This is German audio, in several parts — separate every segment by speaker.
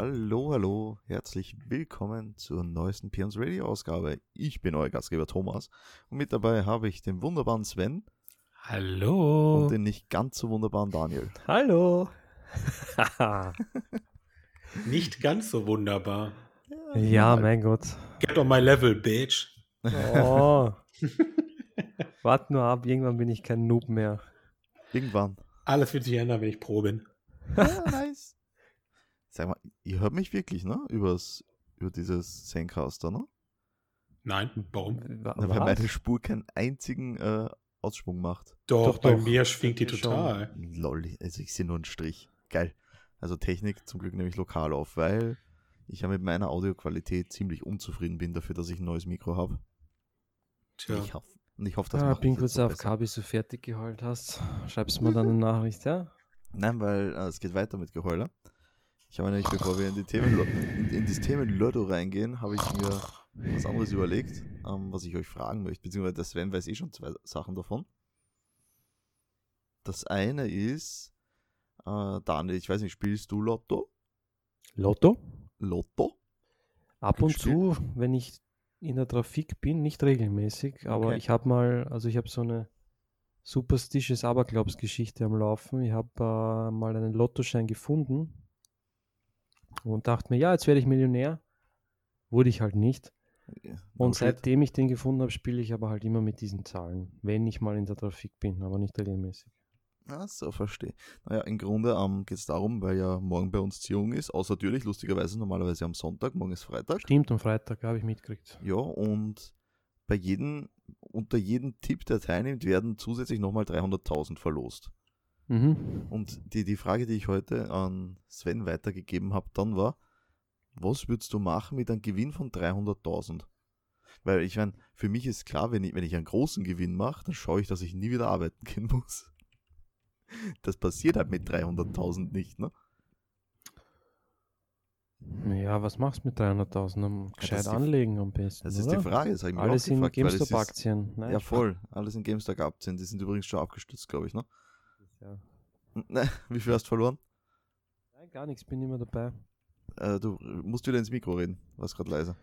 Speaker 1: Hallo, hallo, herzlich willkommen zur neuesten Pions Radio Ausgabe. Ich bin euer Gastgeber Thomas und mit dabei habe ich den wunderbaren Sven
Speaker 2: Hallo.
Speaker 1: und den nicht ganz so wunderbaren Daniel.
Speaker 2: Hallo.
Speaker 3: Nicht ganz so wunderbar.
Speaker 2: ja, mein Gott.
Speaker 3: Get on my level, bitch.
Speaker 2: Oh. Wart nur ab, irgendwann bin ich kein Noob mehr.
Speaker 1: Irgendwann.
Speaker 3: Alles wird sich ändern, wenn ich Pro bin.
Speaker 1: Ja, nice. Sag mal, ihr hört mich wirklich, ne? Übers, über dieses Zencaster, ne?
Speaker 3: Nein, warum?
Speaker 2: Wa-
Speaker 1: Na, weil
Speaker 2: was?
Speaker 1: meine Spur keinen einzigen äh, Ausschwung macht.
Speaker 3: Doch,
Speaker 2: Doch,
Speaker 3: bei
Speaker 2: doch.
Speaker 3: mir schwingt die
Speaker 2: Schon.
Speaker 3: total.
Speaker 1: Lol, also ich sehe nur einen Strich. Geil. Also Technik zum Glück nehme ich lokal auf, weil ich ja mit meiner Audioqualität ziemlich unzufrieden bin dafür, dass ich ein neues Mikro habe.
Speaker 3: Tja.
Speaker 1: Ich hoffe, und ich hoffe, das
Speaker 2: Ah,
Speaker 1: macht
Speaker 2: bin
Speaker 1: uns jetzt
Speaker 2: kurz
Speaker 1: noch
Speaker 2: auf
Speaker 1: besser.
Speaker 2: Kabi so fertig geheult hast. Schreibst mir dann eine Nachricht, ja?
Speaker 1: Nein, weil äh, es geht weiter mit Geheuler. Ich habe mir nämlich, bevor wir in die Themen in, in das Themen Lotto reingehen, habe ich mir was anderes überlegt, ähm, was ich euch fragen möchte, beziehungsweise der Sven weiß eh schon zwei Sachen davon. Das eine ist, äh, Daniel, ich weiß nicht, spielst du Lotto?
Speaker 2: Lotto?
Speaker 1: Lotto?
Speaker 2: Ab und
Speaker 1: Glücksspiel?
Speaker 2: zu, wenn ich in der Trafik bin, nicht regelmäßig, aber
Speaker 1: Okay.
Speaker 2: ich habe mal, also ich habe so eine superstitious Aberglaubsgeschichte am Laufen. Ich habe äh, mal einen Lottoschein gefunden und dachte mir, ja, jetzt werde ich Millionär. Wurde ich halt nicht.
Speaker 1: No
Speaker 2: Und
Speaker 1: shit.
Speaker 2: seitdem ich den gefunden habe, spiele ich aber halt immer mit diesen Zahlen, wenn ich mal in der Trafik bin, aber nicht regelmäßig.
Speaker 1: Ach so, verstehe. Naja, im Grunde ähm, geht es darum, weil ja morgen bei uns Ziehung ist, außer natürlich, lustigerweise normalerweise am Sonntag, morgen ist Freitag.
Speaker 2: Stimmt, am Freitag habe ich mitgekriegt.
Speaker 1: Ja, und bei jedem, unter jedem Tipp, der teilnimmt, werden zusätzlich nochmal 300.000 verlost.
Speaker 2: Mhm.
Speaker 1: Und die, die Frage, die ich heute an Sven weitergegeben habe, dann war, was würdest du machen mit einem Gewinn von 300.000? Weil ich meine, für mich ist klar, wenn ich, wenn ich einen großen Gewinn mache, dann schaue ich, dass ich nie wieder arbeiten gehen muss. Das passiert halt mit 300.000 nicht, ne?
Speaker 2: Ja, was machst du mit 300.000? Am
Speaker 1: das
Speaker 2: Gescheit
Speaker 1: ist die-
Speaker 2: anlegen am besten.
Speaker 1: Das ist
Speaker 2: oder?
Speaker 1: die Frage, das habe ich mir
Speaker 2: Alles
Speaker 1: auch
Speaker 2: in ne?
Speaker 1: gefragt. weil das ist,
Speaker 2: GameStop-Aktien. Nein,
Speaker 1: ja, voll. Alles in GameStop-Aktien. Die sind übrigens schon abgestürzt, glaube ich, ne?
Speaker 2: Ja.
Speaker 1: Ne, wie viel hast du verloren?
Speaker 2: Nein, gar nichts, bin immer dabei.
Speaker 1: Äh, du musst wieder ins Mikro reden. Warst gerade leise.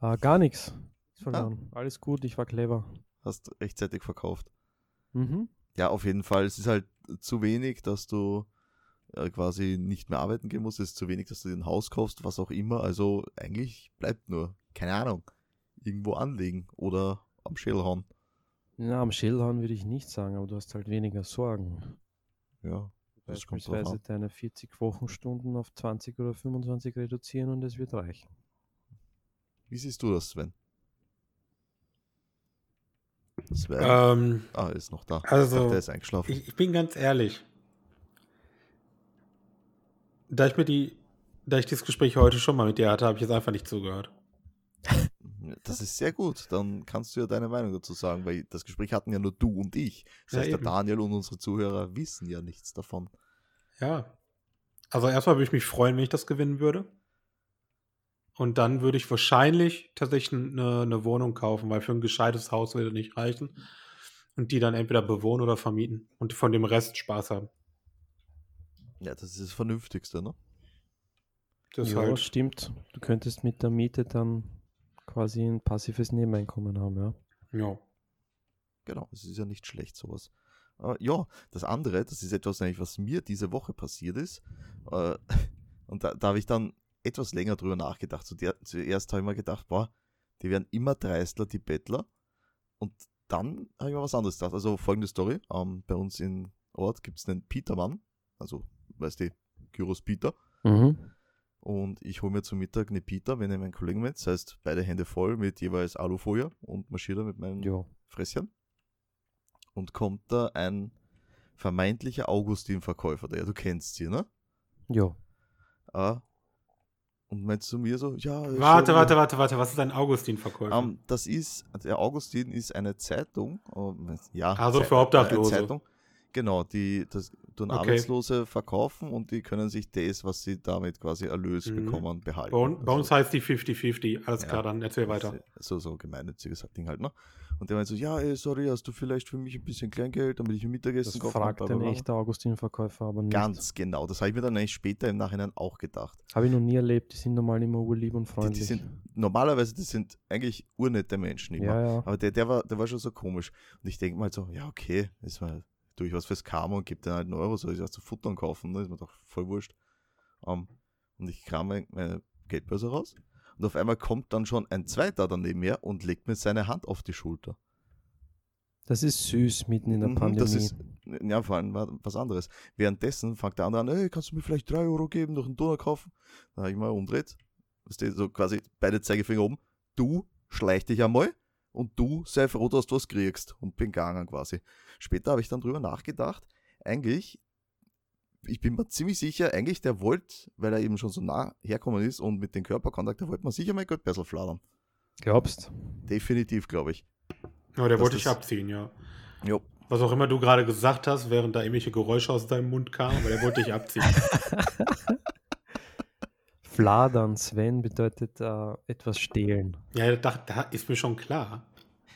Speaker 2: Ah, gar nichts. Verloren. Alles gut, ich war clever.
Speaker 1: Hast rechtzeitig verkauft.
Speaker 2: Mhm.
Speaker 1: Ja, auf jeden Fall. Es ist halt zu wenig, dass du äh, quasi nicht mehr arbeiten gehen musst. Es ist zu wenig, dass du dir ein Haus kaufst, was auch immer. Also eigentlich bleibt nur, keine Ahnung, irgendwo anlegen oder am Schädel hauen.
Speaker 2: Na, am Schildhorn würde ich nicht sagen, aber du hast halt weniger Sorgen.
Speaker 1: Ja, das kommt drauf
Speaker 2: Beispielsweise
Speaker 1: an.
Speaker 2: deine 40 Wochenstunden auf 20 oder 25 reduzieren und es wird reichen.
Speaker 1: Wie siehst du das, Sven? Sven?
Speaker 3: Ähm,
Speaker 1: Ah, er ist noch da.
Speaker 3: also,
Speaker 1: ich dachte, er ist eingeschlafen.
Speaker 3: ich, ich bin ganz ehrlich. Da ich mir die, da ich dieses Gespräch heute schon mal mit dir hatte, habe ich jetzt einfach nicht zugehört.
Speaker 1: Das ist sehr gut. Dann kannst du ja deine Meinung dazu sagen, weil das Gespräch hatten ja nur du und ich. Das
Speaker 3: Ja,
Speaker 1: heißt, der
Speaker 3: eben.
Speaker 1: Daniel und unsere Zuhörer wissen ja nichts davon.
Speaker 3: Ja. Also erstmal würde ich mich freuen, wenn ich das gewinnen würde. Und dann würde ich wahrscheinlich tatsächlich eine, eine Wohnung kaufen, weil für ein gescheites Haus würde nicht reichen. Und die dann entweder bewohnen oder vermieten und von dem Rest Spaß haben.
Speaker 1: Ja, das ist das Vernünftigste, ne?
Speaker 3: Das ist
Speaker 2: ja,
Speaker 3: halt
Speaker 2: stimmt. Du könntest mit der Miete dann quasi ein passives Nebeneinkommen haben, ja.
Speaker 3: Ja.
Speaker 1: Genau, es ist ja nicht schlecht, sowas. Äh, ja, das andere, das ist etwas eigentlich, was mir diese Woche passiert ist. Äh, und da, da habe ich dann etwas länger drüber nachgedacht. Zu der, zuerst habe ich mir gedacht, boah, die werden immer Dreistler, die Bettler. Und dann habe ich mir was anderes gedacht. Also folgende Story. Ähm, bei uns im Ort gibt es einen Petermann, also weißt du, Gyros Peter.
Speaker 2: Mhm.
Speaker 1: Und ich hole mir zum Mittag eine Pita, wenn ich meinen Kollegen mit, das heißt beide Hände voll mit jeweils Alufolie und marschiere da mit meinem
Speaker 2: Ja.
Speaker 1: Fresschen. Und kommt da ein vermeintlicher Augustin-Verkäufer, der ja, du kennst sie, ne?
Speaker 2: Ja.
Speaker 1: Ah, und meint zu mir so, ja. äh,
Speaker 3: Warte,
Speaker 1: schön,
Speaker 3: warte, warte, warte, was ist ein Augustin-Verkäufer?
Speaker 1: ähm, das ist, der Augustin ist eine Zeitung. ähm, ja,
Speaker 3: Also für
Speaker 1: Zeit-
Speaker 3: Obdachlose.
Speaker 1: Zeitung. Genau, die das tun
Speaker 3: Okay.
Speaker 1: Arbeitslose verkaufen und die können sich das, was sie damit quasi Erlös
Speaker 3: Mhm.
Speaker 1: bekommen, behalten.
Speaker 3: Bei, un- bei
Speaker 1: Also-
Speaker 3: uns heißt die 50-50. Alles
Speaker 1: Ja.
Speaker 3: klar, dann erzähl weiter.
Speaker 1: So, so gemeinnütziges Ding halt, ne? Und der meint so, ja, ey, sorry, hast du vielleicht für mich ein bisschen Kleingeld, damit ich ein
Speaker 2: Das
Speaker 1: Mittagessen kaufen kann,
Speaker 2: fragt
Speaker 1: bla, bla,
Speaker 2: ein
Speaker 1: bla.
Speaker 2: echter Augustin-Verkäufer, aber nicht.
Speaker 1: Ganz genau. Das habe ich mir dann eigentlich später im Nachhinein auch gedacht.
Speaker 2: Habe ich noch nie erlebt. Die sind normal immer urlieb und
Speaker 1: Die, die
Speaker 2: freundlich.
Speaker 1: sind normalerweise, das sind eigentlich urnette Menschen immer.
Speaker 2: ja, ja.
Speaker 1: Aber der, der war, der war schon so komisch. Und ich denke mal so, ja, okay, ist mal durch was fürs Karma und gibt dann halt einen Euro, soll ich was zu futtern kaufen, ne? Ist mir doch voll wurscht. Ähm, und ich kram mein- meine Geldbörse raus. Und auf einmal kommt dann schon ein zweiter daneben her und legt mir seine Hand auf die Schulter.
Speaker 2: Das ist süß mitten in der
Speaker 1: Mhm,
Speaker 2: Pandemie.
Speaker 1: Das ist, äh, ja, vor allem war was anderes. Währenddessen fängt der andere an, hey, kannst du mir vielleicht 3 Euro geben, noch einen Donut kaufen? Da habe ich mal umdreht. Steht so quasi beide Zeigefinger oben. Du schleich dich einmal und du sei froh, dass du was kriegst. Und bin gegangen quasi. Später habe ich dann drüber nachgedacht. Eigentlich, ich bin mir ziemlich sicher, eigentlich der wollte, weil er eben schon so nah herkommen ist und mit dem Körperkontakt, der wollte man sicher mein Geldbessel fladern.
Speaker 2: Glaubst?
Speaker 1: Definitiv, glaube ich.
Speaker 3: Aber der
Speaker 1: Das
Speaker 3: wollte
Speaker 1: ist-
Speaker 3: ich abziehen, ja.
Speaker 1: Jo.
Speaker 3: Was auch immer du gerade gesagt hast, während da irgendwelche Geräusche aus deinem Mund kamen, aber der wollte dich abziehen.
Speaker 2: Fladern, Sven, bedeutet äh, etwas stehlen.
Speaker 3: ja, da, da ist mir schon klar.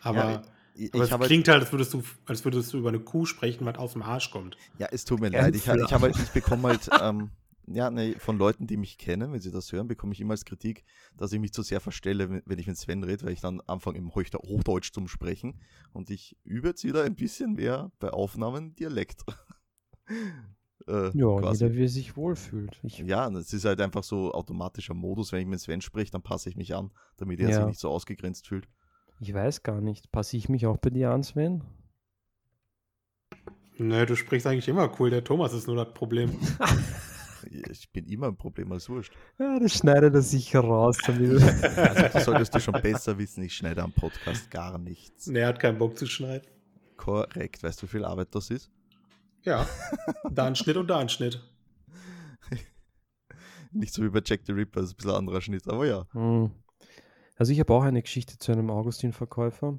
Speaker 3: Aber,
Speaker 1: Ja, Ich,
Speaker 3: aber
Speaker 1: ich habe
Speaker 3: es klingt halt, als würdest, du, als würdest du über eine Kuh sprechen, was aus dem Arsch kommt.
Speaker 1: Ja, es tut mir
Speaker 2: Ganz
Speaker 1: leid. Ich, ha-
Speaker 2: klar.
Speaker 1: ich, habe, ich bekomme halt ähm, ja, nee, von Leuten, die mich kennen, wenn sie das hören, bekomme ich immer als Kritik, dass ich mich zu sehr verstelle, wenn- wenn ich mit Sven rede, weil ich dann anfange im Heuchter- Hochdeutsch zum Sprechen und ich übe jetzt wieder ein bisschen mehr bei Aufnahmen Dialekt. äh,
Speaker 2: Ja,
Speaker 1: quasi.
Speaker 2: jeder, wie er sich wohlfühlt. Ich,
Speaker 1: ja, und es ist halt einfach so automatischer Modus, wenn ich mit Sven spreche, dann passe ich mich an, damit er sich
Speaker 2: Ja.
Speaker 1: nicht so ausgegrenzt fühlt.
Speaker 2: ich weiß gar nicht. Passe ich mich auch bei dir an, Sven?
Speaker 3: Nö, Ne, du sprichst eigentlich immer cool. Der Thomas ist nur das Problem.
Speaker 1: Ich bin immer ein Problem als Wurscht.
Speaker 2: Ja, das schneidet er sicher raus. Damit
Speaker 1: Also, das solltest du schon besser wissen, ich schneide am Podcast gar nichts.
Speaker 3: Nee, er hat keinen Bock zu schneiden.
Speaker 1: Korrekt. Weißt du, wie viel Arbeit das ist?
Speaker 3: Ja, da ein Schnitt und da ein Schnitt.
Speaker 1: Nicht so wie bei Jack the Ripper, das ist ein bisschen anderer Schnitt, aber ja.
Speaker 2: Hm. Also ich habe auch eine Geschichte zu einem Augustin-Verkäufer.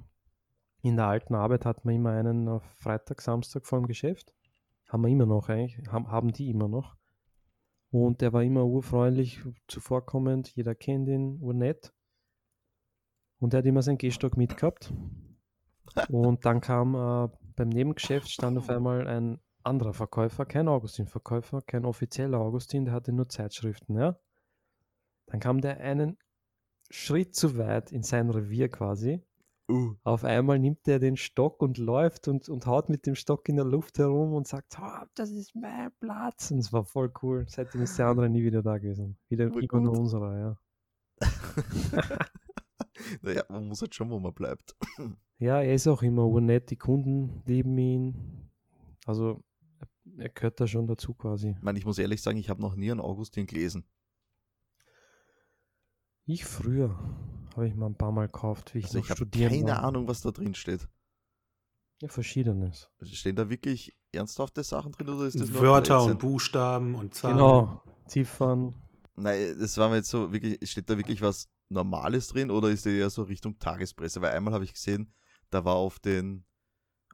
Speaker 2: In der alten Arbeit hatten wir immer einen auf Freitag, Samstag vor dem Geschäft. Haben wir immer noch eigentlich, haben, haben die immer noch. Und der war immer urfreundlich, zuvorkommend, jeder kennt ihn, urnett. Und er hat immer seinen Gehstock mitgehabt. Und dann kam äh, beim Nebengeschäft stand auf einmal ein anderer Verkäufer, kein Augustin-Verkäufer, kein offizieller Augustin, der hatte nur Zeitschriften, ja. Dann kam der einen Schritt zu weit in sein Revier quasi.
Speaker 1: Uh,
Speaker 2: Auf einmal nimmt er den Stock und läuft und, und haut mit dem Stock in der Luft herum und sagt, oh, das ist mein Platz. Und es war voll cool. Seitdem ist der andere nie wieder da gewesen. Wieder
Speaker 1: Voll
Speaker 2: immer nur
Speaker 1: gut.
Speaker 2: unserer, ja.
Speaker 1: naja, man muss halt schon, wo man bleibt.
Speaker 2: Ja, er ist auch immer urnett. Die Kunden lieben ihn. Also er gehört da schon dazu quasi.
Speaker 1: Ich meine, ich muss ehrlich sagen, ich habe noch nie einen Augustin gelesen.
Speaker 2: Ich früher habe ich mal ein paar Mal gekauft, wie ich
Speaker 1: Also
Speaker 2: noch
Speaker 1: ich habe
Speaker 2: studieren
Speaker 1: keine
Speaker 2: war.
Speaker 1: Ahnung, was da drin steht. Also
Speaker 2: Ja, verschiedenes.
Speaker 1: Stehen da wirklich ernsthafte Sachen drin oder ist das nur
Speaker 3: Wörter und
Speaker 1: Blödsinn?
Speaker 3: Buchstaben und Zahlen.
Speaker 2: Genau. Ziffern,
Speaker 1: Nein, das war mir jetzt so wirklich, steht da wirklich was Normales drin oder ist der eher so Richtung Tagespresse? Weil einmal habe ich gesehen, da war auf den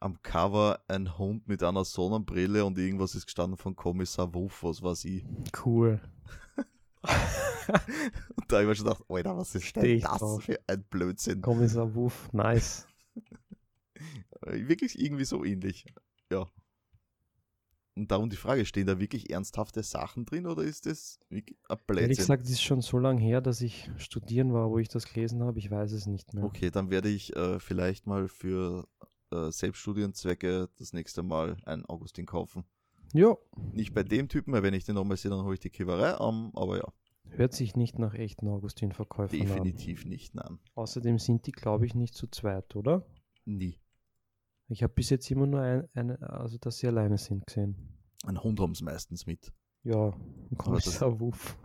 Speaker 1: am Cover ein Hund mit einer Sonnenbrille und irgendwas ist gestanden von Kommissar Wolf, was weiß ich.
Speaker 2: cool.
Speaker 1: Und da habe ich mir schon gedacht, Alter, was ist
Speaker 2: Steh
Speaker 1: denn
Speaker 2: ich
Speaker 1: das
Speaker 2: drauf.
Speaker 1: für ein Blödsinn?
Speaker 2: Kommissar Wuff, nice.
Speaker 1: Äh, Wirklich irgendwie so ähnlich. Ja. Und darum die Frage, stehen da wirklich ernsthafte Sachen drin oder ist das wirklich ein
Speaker 2: Ehrlich
Speaker 1: Blödsinn?
Speaker 2: gesagt, es ist schon so lange her, dass ich studieren war, wo ich das gelesen habe. Ich weiß es nicht mehr.
Speaker 1: Okay, dann werde ich äh, vielleicht mal für äh, Selbststudienzwecke das nächste Mal einen Augustin kaufen.
Speaker 2: Jo,
Speaker 1: Nicht bei dem Typen, weil wenn ich den nochmal sehe, dann hole ich die Kiverei am, aber ja,
Speaker 2: hört sich nicht nach echten Augustin-Verkäufern
Speaker 1: definitiv nicht, nein.
Speaker 2: an. Außerdem sind die, glaube ich, nicht zu zweit, oder?
Speaker 1: Nie.
Speaker 2: Ich habe bis jetzt immer nur ein, eine, also dass sie alleine sind gesehen.
Speaker 1: Ein Hund haben sie meistens mit.
Speaker 2: Ja, ein Kommissar Wuff.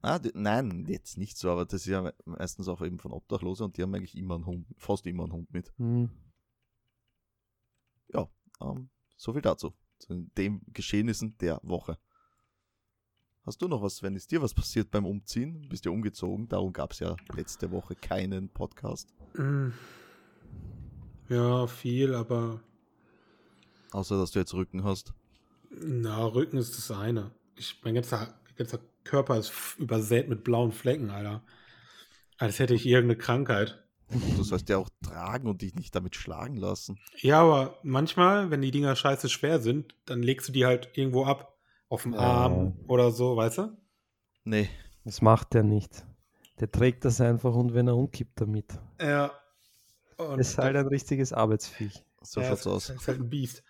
Speaker 1: Ah, die, nein, jetzt nicht so, aber das ist ja me- meistens auch eben von Obdachlose und die haben eigentlich immer einen Hund, fast immer einen Hund mit.
Speaker 2: Hm.
Speaker 1: Ähm, so viel dazu, zu den Geschehnissen der Woche. Hast du noch was, Sven? Ist dir was passiert beim Umziehen? Bist ja umgezogen, darum gab es ja letzte Woche keinen Genau. Podcast.
Speaker 3: Mm. Ja, viel, aber
Speaker 1: Außer, dass du jetzt Rücken hast.
Speaker 3: Na, Rücken ist das eine. Ich, mein ganzer, ganzer Körper ist f- übersät mit blauen Flecken, Alter. Als hätte ich irgendeine Krankheit.
Speaker 1: Du sollst ja auch tragen und dich nicht damit schlagen lassen.
Speaker 3: Ja, aber manchmal, wenn die Dinger scheiße schwer sind, dann legst du die halt irgendwo ab. Auf dem
Speaker 2: Ja.
Speaker 3: Arm
Speaker 2: Oh.
Speaker 3: oder so, weißt du?
Speaker 1: Nee,
Speaker 2: Das macht er nicht. Der trägt das einfach und wenn er umkippt damit.
Speaker 3: Ja.
Speaker 2: Er
Speaker 3: Und
Speaker 2: ist halt ein richtiges Arbeitsviech.
Speaker 1: so
Speaker 3: ja,
Speaker 1: schaut's
Speaker 3: es-
Speaker 1: aus.
Speaker 3: es Ist halt ein Biest.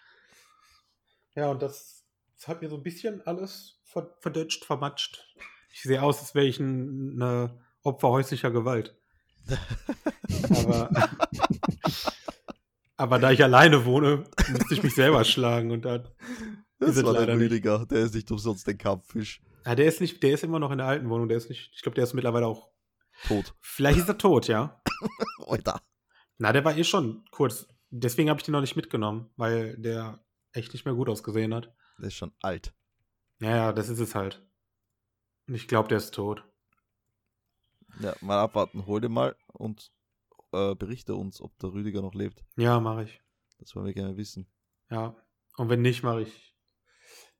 Speaker 3: Ja, und das, das hat mir so ein bisschen alles ver verdutscht, vermatscht. Ich sehe aus, als wäre ich ein eine Opfer häuslicher Gewalt. aber, aber da ich alleine wohne, müsste ich mich selber schlagen. Und da,
Speaker 1: Das
Speaker 3: es
Speaker 1: war der
Speaker 3: leider nicht.
Speaker 1: Rüdiger, der ist nicht umsonst ein Kampffisch.
Speaker 3: ah, der ist nicht, der ist immer noch in der alten Wohnung. Der ist nicht, ich glaube, der ist mittlerweile auch.
Speaker 1: Tot.
Speaker 3: Vielleicht ist er tot, ja.
Speaker 1: Alter.
Speaker 3: Na, der war eh schon kurz. Deswegen habe ich den noch nicht mitgenommen, weil der echt nicht mehr gut ausgesehen hat.
Speaker 1: Der ist schon alt.
Speaker 3: Ja, ja, das ist es halt. Und ich glaube, der ist tot.
Speaker 1: Ja, mal abwarten. Hol den mal und äh, berichte uns, ob der Rüdiger noch lebt.
Speaker 3: Ja, mache ich.
Speaker 1: Das wollen wir gerne wissen.
Speaker 3: Ja. Und wenn nicht, mache ich.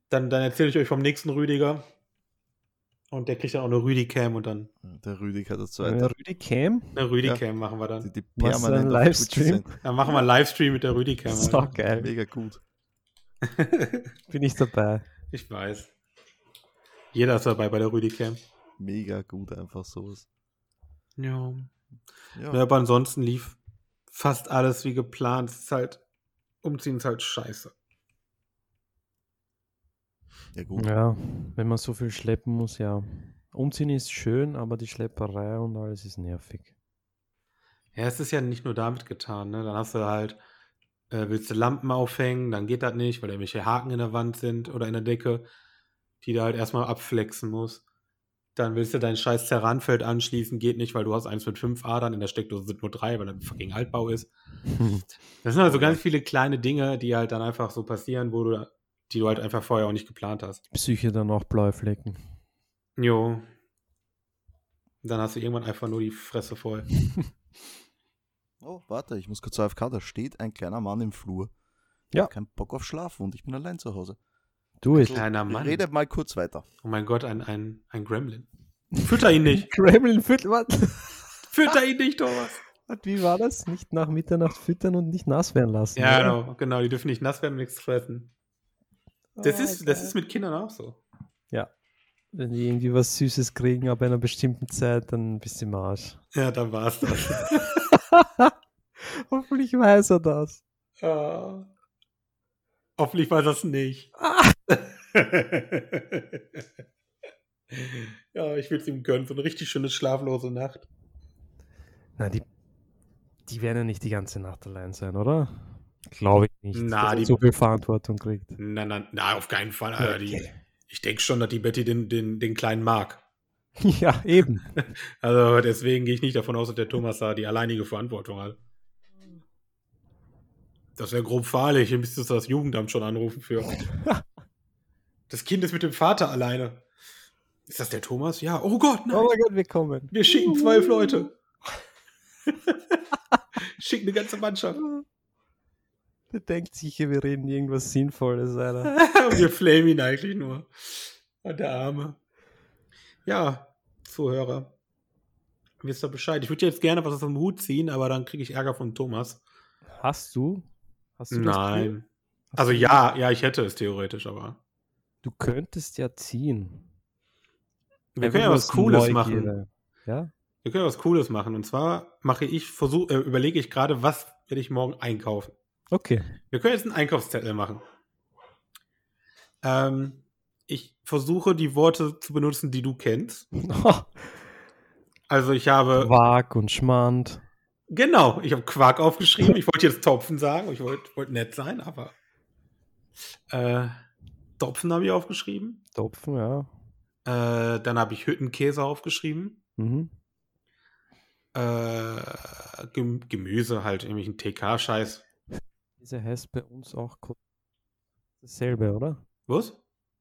Speaker 3: Dann, dann erzähle ich euch vom nächsten Rüdiger. Und der kriegt dann auch eine Rüdi-Cam und dann
Speaker 1: Der Rüdiger, der
Speaker 2: Wenn der
Speaker 1: Zweite.
Speaker 2: Rüdi käme,
Speaker 3: eine Rüdi-Cam machen wir
Speaker 1: Die,
Speaker 3: dann.
Speaker 1: die
Speaker 2: Machst du einen
Speaker 1: permanent auf Twitch
Speaker 2: Livestream?
Speaker 1: sind.
Speaker 3: Dann machen wir einen Livestream mit der Rüdi-Cam.
Speaker 2: ist
Speaker 3: Alter.
Speaker 2: auch geil.
Speaker 1: Mega gut.
Speaker 2: Bin ich dabei.
Speaker 3: ich weiß. Jeder ist dabei bei der Rüdi-Cam.
Speaker 1: Mega gut, einfach sowas.
Speaker 3: Ja.
Speaker 1: Ja,
Speaker 3: ja. Ne, Aber ansonsten lief fast alles wie geplant. Es ist halt, umziehen ist halt scheiße.
Speaker 1: ja gut.
Speaker 2: Ja, wenn man so viel schleppen muss, ja. Umziehen ist schön, aber die Schlepperei und alles ist nervig.
Speaker 3: Ja, es ist ja nicht nur damit getan, ne? Dann hast du halt, äh, willst du Lampen aufhängen, dann geht das nicht, weil da irgendwelche Haken in der Wand sind oder in der Decke, die du halt erstmal abflexen musst. Dann willst du dein scheiß Terranfeld anschließen, geht nicht, weil du hast eins mit fünf Adern, in der Steckdose sind nur drei, weil das ein fucking Altbau ist. Das sind also ganz viele kleine Dinge, die halt dann einfach so passieren, wo du, die du halt einfach vorher auch nicht geplant hast.
Speaker 2: Psyche dann auch blaue Flecken.
Speaker 3: Jo. Dann hast du irgendwann einfach nur die Fresse voll.
Speaker 1: Oh, warte, ich muss kurz AFK. Da steht ein kleiner Mann im Flur. Ich
Speaker 2: Ja.
Speaker 1: hab keinen Bock auf Schlafen und ich bin allein zu Hause.
Speaker 2: Do it.
Speaker 3: Kleiner Mann.
Speaker 1: Rede mal kurz weiter.
Speaker 3: Oh mein Gott, ein, ein, ein Gremlin. Fütter ihn nicht.
Speaker 2: Gremlin füttern, was?
Speaker 3: Fütter ihn nicht, Thomas.
Speaker 2: Wie war das? Nicht nach Mitternacht füttern und nicht nass werden lassen.
Speaker 3: Ja,
Speaker 2: oder?
Speaker 3: genau, genau. Die dürfen nicht nass werden, nichts fressen. Das,
Speaker 2: Ah,
Speaker 3: ist, das
Speaker 2: geil.
Speaker 3: ist mit Kindern auch so.
Speaker 2: Wenn die irgendwie was Süßes kriegen ab einer bestimmten Zeit, dann bist du im Arsch.
Speaker 3: Ja, dann war's das.
Speaker 2: Hoffentlich weiß er das.
Speaker 3: Ah. Hoffentlich war das nicht. ja, ich würde es ihm gönnen. So eine richtig schöne schlaflose Nacht.
Speaker 2: Na, die, die werden ja nicht die ganze Nacht allein sein, oder? Glaube ich nicht.
Speaker 3: Na,
Speaker 2: dass er
Speaker 3: die-
Speaker 2: so viel Verantwortung kriegt.
Speaker 3: Na, na, na auf keinen Fall. Alter, die, ich denke schon, dass die Betty den, den, den Kleinen mag.
Speaker 2: ja, eben.
Speaker 3: Also deswegen gehe ich nicht davon aus, dass der Thomas da die alleinige Verantwortung hat. Das wäre grob fahrlich. Hier müsstest du das Jugendamt schon anrufen für. Das Kind ist mit dem Vater alleine. Ist das der Thomas? Ja. Oh Gott, nein.
Speaker 2: Oh mein Gott, wir kommen.
Speaker 3: Wir schicken zwölf Leute. Schicken eine ganze Mannschaft.
Speaker 2: Der denkt sicher, wir reden irgendwas Sinnvolles, Alter.
Speaker 3: Und wir flamen ihn eigentlich nur. Und der Arme. Ja, Zuhörer. Wisst ihr Bescheid? Ich würde jetzt gerne was aus dem Hut ziehen, aber dann kriege ich Ärger von Thomas.
Speaker 2: Hast du? Hast du das Gefühl?
Speaker 3: Nein.
Speaker 2: Hast
Speaker 3: Also
Speaker 2: du-
Speaker 3: ja, ja, ich hätte es theoretisch, aber.
Speaker 2: Du könntest ja ziehen.
Speaker 3: Wir
Speaker 2: Einfach
Speaker 3: können ja
Speaker 2: nur
Speaker 3: was
Speaker 2: aus
Speaker 3: Cooles
Speaker 2: Neugierde.
Speaker 3: machen.
Speaker 2: Ja?
Speaker 3: Wir können ja was Cooles machen. Und zwar mache ich, versuch, äh, überlege ich gerade, was werde ich morgen einkaufen.
Speaker 2: Okay.
Speaker 3: Wir können jetzt einen Einkaufszettel machen. Ähm, ich versuche die Worte zu benutzen, die du kennst. Also ich habe.
Speaker 2: Wag und Schmand.
Speaker 3: Genau, ich habe Quark aufgeschrieben. Ich wollte jetzt Topfen sagen. Ich wollte wollte nett sein, aber. Äh, Topfen habe ich aufgeschrieben.
Speaker 2: Topfen, ja.
Speaker 3: Äh, dann habe ich Hüttenkäse aufgeschrieben.
Speaker 2: Mhm.
Speaker 3: äh, Gem Gemüse halt, irgendwelchen TK-Scheiß.
Speaker 2: Diese heißt bei uns auch Co- dasselbe, oder?
Speaker 3: Was?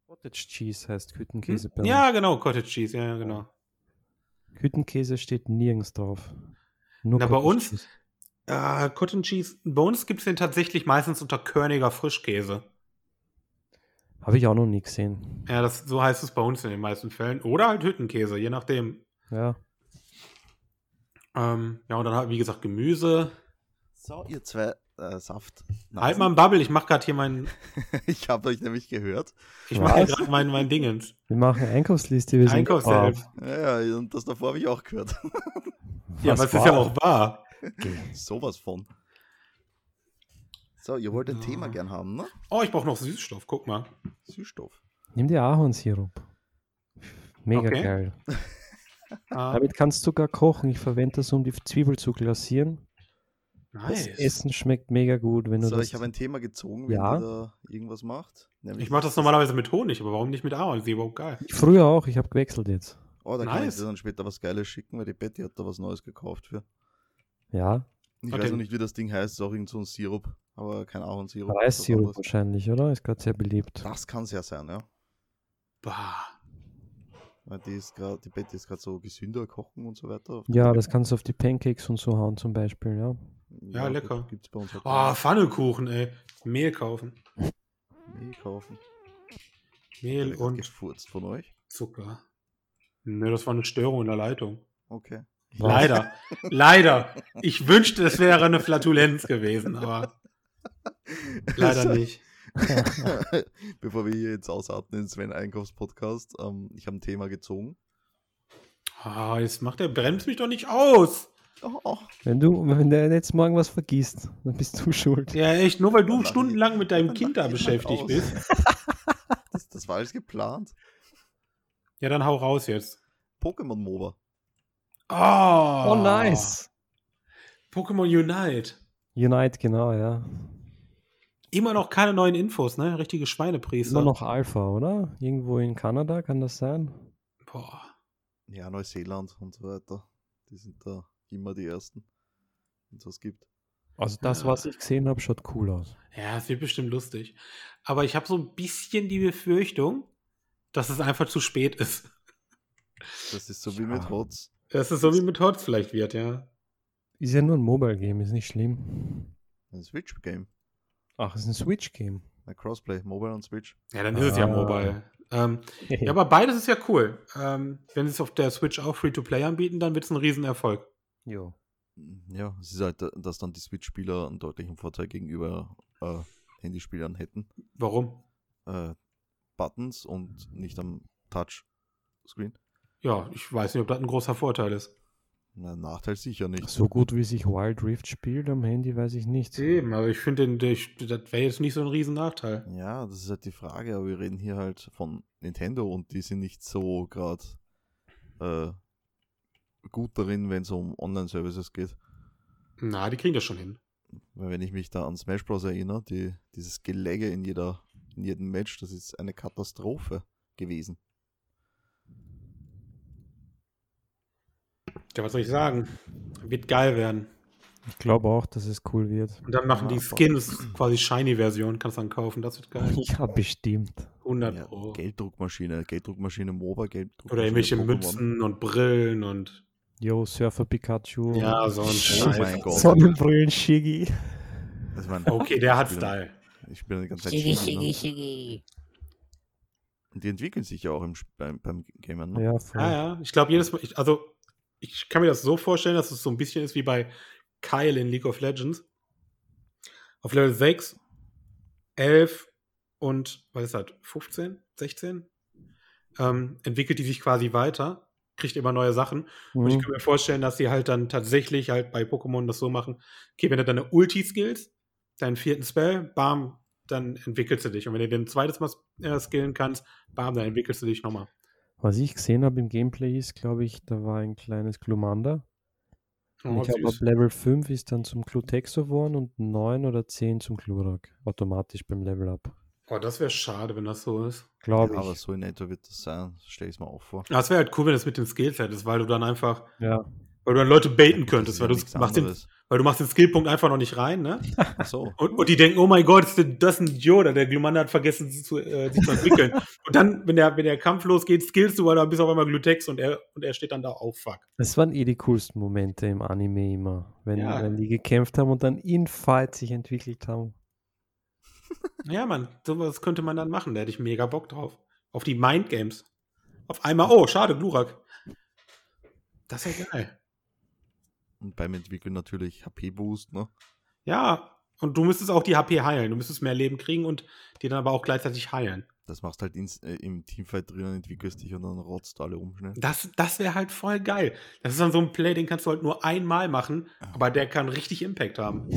Speaker 2: Cottage Cheese heißt
Speaker 3: Hm?
Speaker 2: Kütenkäse bei uns.
Speaker 3: Ja, genau, Cottage Cheese, ja, ja, genau.
Speaker 2: Kütenkäse steht nirgends drauf. Nur
Speaker 3: Na, bei
Speaker 2: Cottage
Speaker 3: uns-
Speaker 2: Cheese.
Speaker 3: Äh, Cotton Cheese Bones gibt es den tatsächlich meistens unter Körniger Frischkäse.
Speaker 2: Habe ich auch noch nie gesehen.
Speaker 3: Ja, das, so heißt es bei uns in den meisten Fällen. Oder halt Hüttenkäse, je nachdem.
Speaker 2: Ja.
Speaker 3: Ähm, ja, und dann halt, wie gesagt, Gemüse.
Speaker 1: So, ihr zwei äh, Saft.
Speaker 3: Halt mal ein Bubble, ich mache gerade hier meinen,
Speaker 1: Ich habe euch nämlich gehört.
Speaker 3: ich mache
Speaker 2: Was?
Speaker 3: gerade meinen, meinen Dingens.
Speaker 2: Wir machen eine Einkaufsliste. Wir sind
Speaker 3: Einkaufshelf.
Speaker 2: brav.
Speaker 1: Ja, ja, und das davor habe ich auch gehört.
Speaker 3: Ja,
Speaker 2: Was
Speaker 3: aber es ist ja auch
Speaker 2: brav?
Speaker 3: wahr.
Speaker 1: Sowas von. So, ihr wollt ein
Speaker 3: Ja.
Speaker 1: Thema gern haben, ne?
Speaker 3: Oh, ich brauche noch Süßstoff, guck mal.
Speaker 1: Süßstoff.
Speaker 2: Nimm dir Ahornsirup. Mega
Speaker 3: Okay.
Speaker 2: geil.
Speaker 3: Ah,
Speaker 2: Damit kannst du gar kochen. Ich verwende das, um die Zwiebel zu glasieren. Das
Speaker 3: nice.
Speaker 2: Essen schmeckt mega gut, wenn du
Speaker 1: So,
Speaker 2: das.
Speaker 1: ich habe ein Thema gezogen, wenn
Speaker 2: Ja.
Speaker 1: ihr da irgendwas macht. Nämlich-
Speaker 3: Ich mache das normalerweise mit Honig, aber warum nicht mit Ahornsirup? Geil.
Speaker 2: Früher auch, ich habe gewechselt jetzt.
Speaker 1: Oh, da kann ich
Speaker 3: Nice.
Speaker 1: dir dann später was Geiles schicken, weil die Betty hat da was Neues gekauft für.
Speaker 2: Ja,
Speaker 1: Ich
Speaker 3: Hat
Speaker 1: weiß noch
Speaker 3: den-
Speaker 1: nicht, wie das Ding heißt, ist auch irgend so ein Sirup, aber kein Ahornsirup. was
Speaker 2: Reissirup
Speaker 1: anderes.
Speaker 2: wahrscheinlich, oder? Ist gerade sehr beliebt.
Speaker 1: Das kann es ja sein, ja.
Speaker 3: Bah.
Speaker 1: Weil die ist gerade, die Betty ist gerade so gesünder kochen und so weiter.
Speaker 2: Ja, das kannst du auf die Pancakes und so hauen zum Beispiel, ja.
Speaker 1: Ja,
Speaker 3: lecker.
Speaker 1: Gibt es bei uns halt
Speaker 3: Oh, Pfannekuchen, ey. Mehl kaufen.
Speaker 1: Mehl kaufen.
Speaker 3: Mehl
Speaker 1: Hat
Speaker 3: und
Speaker 1: gefurzt von euch.
Speaker 3: Zucker. Nö, das war eine Störung in der Leitung.
Speaker 1: Okay.
Speaker 2: Was?
Speaker 3: Leider. Leider. Ich wünschte, es wäre eine Flatulenz gewesen, aber leider nicht.
Speaker 1: Bevor wir hier jetzt ausatmen in Sven Einkaufspodcast, ähm, ich habe ein Thema gezogen.
Speaker 3: Ah, jetzt macht er, bremst mich doch nicht aus.
Speaker 1: Oh, oh.
Speaker 2: Wenn du, wenn der jetzt morgen was vergisst, dann bist du schuld.
Speaker 3: Ja, echt, nur weil
Speaker 1: Dann
Speaker 3: du
Speaker 1: lach
Speaker 3: stundenlang
Speaker 1: ich-
Speaker 3: mit deinem
Speaker 1: dann
Speaker 3: Kind
Speaker 1: lach
Speaker 2: halt
Speaker 3: da
Speaker 1: ich
Speaker 3: beschäftigt
Speaker 1: aus.
Speaker 3: bist.
Speaker 1: Das, das war alles geplant.
Speaker 3: Ja, dann hau raus jetzt.
Speaker 1: Pokémon MOBA.
Speaker 3: Oh,
Speaker 2: Oh, nice.
Speaker 3: Pokémon Unite.
Speaker 2: Unite, genau, ja.
Speaker 3: Immer noch keine neuen Infos, ne? Richtige Schweinepriester.
Speaker 2: Immer noch Alpha, oder? Irgendwo in Kanada kann das sein?
Speaker 3: Boah.
Speaker 1: Ja, Neuseeland und so weiter. Die sind da immer die Ersten. Wenn es was gibt.
Speaker 2: Also das, was ich gesehen habe, schaut cool aus.
Speaker 3: Ja, es wird bestimmt lustig. Aber ich habe so ein bisschen die Befürchtung, dass es einfach zu spät ist.
Speaker 1: Das ist so wie mit
Speaker 2: Ja.
Speaker 1: HOTS.
Speaker 3: Dass es so wie mit Hotz vielleicht wird, ja.
Speaker 2: Ist ja nur ein Mobile-Game, ist nicht schlimm.
Speaker 1: Ein Switch-Game.
Speaker 2: Ach, ist ein Switch-Game.
Speaker 1: Ein Crossplay, Mobile und Switch.
Speaker 3: Ja, dann ist es ja
Speaker 2: Ah.
Speaker 3: mobile. Ähm, ja, aber beides ist ja cool. Ähm, wenn sie es auf der Switch auch Free-to-Play anbieten, dann wird es ein Riesenerfolg.
Speaker 2: Jo.
Speaker 1: Ja, es ist halt, dass dann die Switch-Spieler einen deutlichen Vorteil gegenüber äh, Handyspielern hätten.
Speaker 3: Warum?
Speaker 1: Äh, Buttons und nicht am Touchscreen.
Speaker 3: Ja, ich weiß nicht, ob das ein großer Vorteil ist.
Speaker 1: Na, Nachteil sicher nicht.
Speaker 2: So gut wie sich Wild Rift spielt am Handy, weiß ich nicht.
Speaker 3: Eben, aber ich finde, den- ich- das wäre jetzt nicht so ein Riesennachteil.
Speaker 1: Ja, das ist halt die Frage, aber wir reden hier halt von Nintendo und die sind nicht so gerade äh, gut darin, wenn es um Online-Services geht.
Speaker 3: Na, die kriegen das schon hin.
Speaker 1: Weil wenn ich mich da an Smash Bros. erinnere, die, dieses Gelege in, jeder, in jedem Match, das ist eine Katastrophe gewesen.
Speaker 3: Ja, was soll ich sagen? Wird geil werden.
Speaker 2: Ich glaube auch, dass es cool wird.
Speaker 3: Und dann machen die Skins quasi Shiny-Version, kannst dann kaufen, das wird geil.
Speaker 2: Ja, bestimmt.
Speaker 3: 100
Speaker 1: Ja,
Speaker 3: Pro.
Speaker 1: Gelddruckmaschine, Gelddruckmaschine MOBA, Gelddruckmaschine
Speaker 3: Oder irgendwelche
Speaker 1: Pokémon.
Speaker 3: Mützen und Brillen und.
Speaker 2: Yo, Surfer Pikachu.
Speaker 3: Ja, so ein Scheiß.
Speaker 1: Oh mein Gott.
Speaker 2: Sonnenbrillen Shiggy.
Speaker 1: Also mein,
Speaker 3: Okay, der hat
Speaker 1: Ich bin-
Speaker 3: Style.
Speaker 1: Ich bin die ganze Zeit
Speaker 4: Shiggy, shiggy,
Speaker 1: Shinji, ne?
Speaker 4: shiggy.
Speaker 1: Und die entwickeln sich ja auch im, Sp- beim, beim Gamern. Ne?
Speaker 2: Ja, voll.
Speaker 3: Ah, Ja, ja. Ich glaube, jedes Mal, ich, also ich kann mir das so vorstellen, dass es so ein bisschen ist wie bei Kyle in League of Legends. Auf Level 6, 11 und, was ist das, 15, 16? Ähm, entwickelt die sich quasi weiter, kriegt immer neue Sachen. Und ich
Speaker 2: Mhm.
Speaker 3: kann mir vorstellen, dass sie halt dann tatsächlich halt bei Pokémon das so machen, okay, wenn du deine Ulti skillst, deinen vierten Spell, bam, dann entwickelst du dich. Und wenn du den ein zweites Mal äh, skillen kannst, bam, dann entwickelst du dich nochmal.
Speaker 2: Was ich gesehen habe im Gameplay ist, glaube ich, da war ein kleines Glumanda. Und
Speaker 3: Oh,
Speaker 2: ich glaube,
Speaker 3: süß.
Speaker 2: ab Level 5 ist dann zum Clutex geworden und 9 oder 10 zum Glurak. Automatisch beim Level Up.
Speaker 3: Oh, das wäre schade, wenn das so ist.
Speaker 2: Glaube
Speaker 1: aber
Speaker 2: ich.
Speaker 1: so in etwa wird das sein, stell ich es mir auch vor.
Speaker 3: halt Das wäre halt cool, wenn das mit den Skills hättest, weil du dann einfach,
Speaker 2: Ja.
Speaker 3: Weil du dann Leute baiten
Speaker 1: Ja,
Speaker 3: könntest, weil,
Speaker 1: das
Speaker 3: du
Speaker 1: ist ja nichts
Speaker 3: machst den,
Speaker 1: anderes.
Speaker 3: weil du machst den Skillpunkt einfach noch nicht rein, ne?
Speaker 1: Ach so.
Speaker 3: Und, und die denken, oh mein Gott, ist denn das ein Idiot? Der Glumander hat vergessen, sie zu, äh, sich zu entwickeln. und dann, wenn der, wenn der Kampf losgeht, skillst du, weil dann bist du auf einmal Glutex und er, und er steht dann da, oh fuck.
Speaker 2: Das waren eh die coolsten Momente im Anime immer. Wenn,
Speaker 3: Ja.
Speaker 2: wenn die gekämpft haben und dann in Fight sich entwickelt haben.
Speaker 3: Ja, Mann, sowas könnte man dann machen. Da hätte ich mega Bock drauf. Auf die Mind Games. Auf einmal, oh, schade, Glurak. Das ist ja geil.
Speaker 1: Und beim Entwickeln natürlich HP-Boost, ne?
Speaker 3: Ja, und du müsstest auch die HP heilen. Du müsstest mehr Leben kriegen und die dann aber auch gleichzeitig heilen.
Speaker 1: Das machst halt ins, äh, im Teamfight drinnen, entwickelst dich und dann rotzt du alle rum schnell.
Speaker 3: Das, das wäre halt voll geil. Das ist dann so ein Play, den kannst du halt nur einmal machen, aber der kann richtig Impact haben.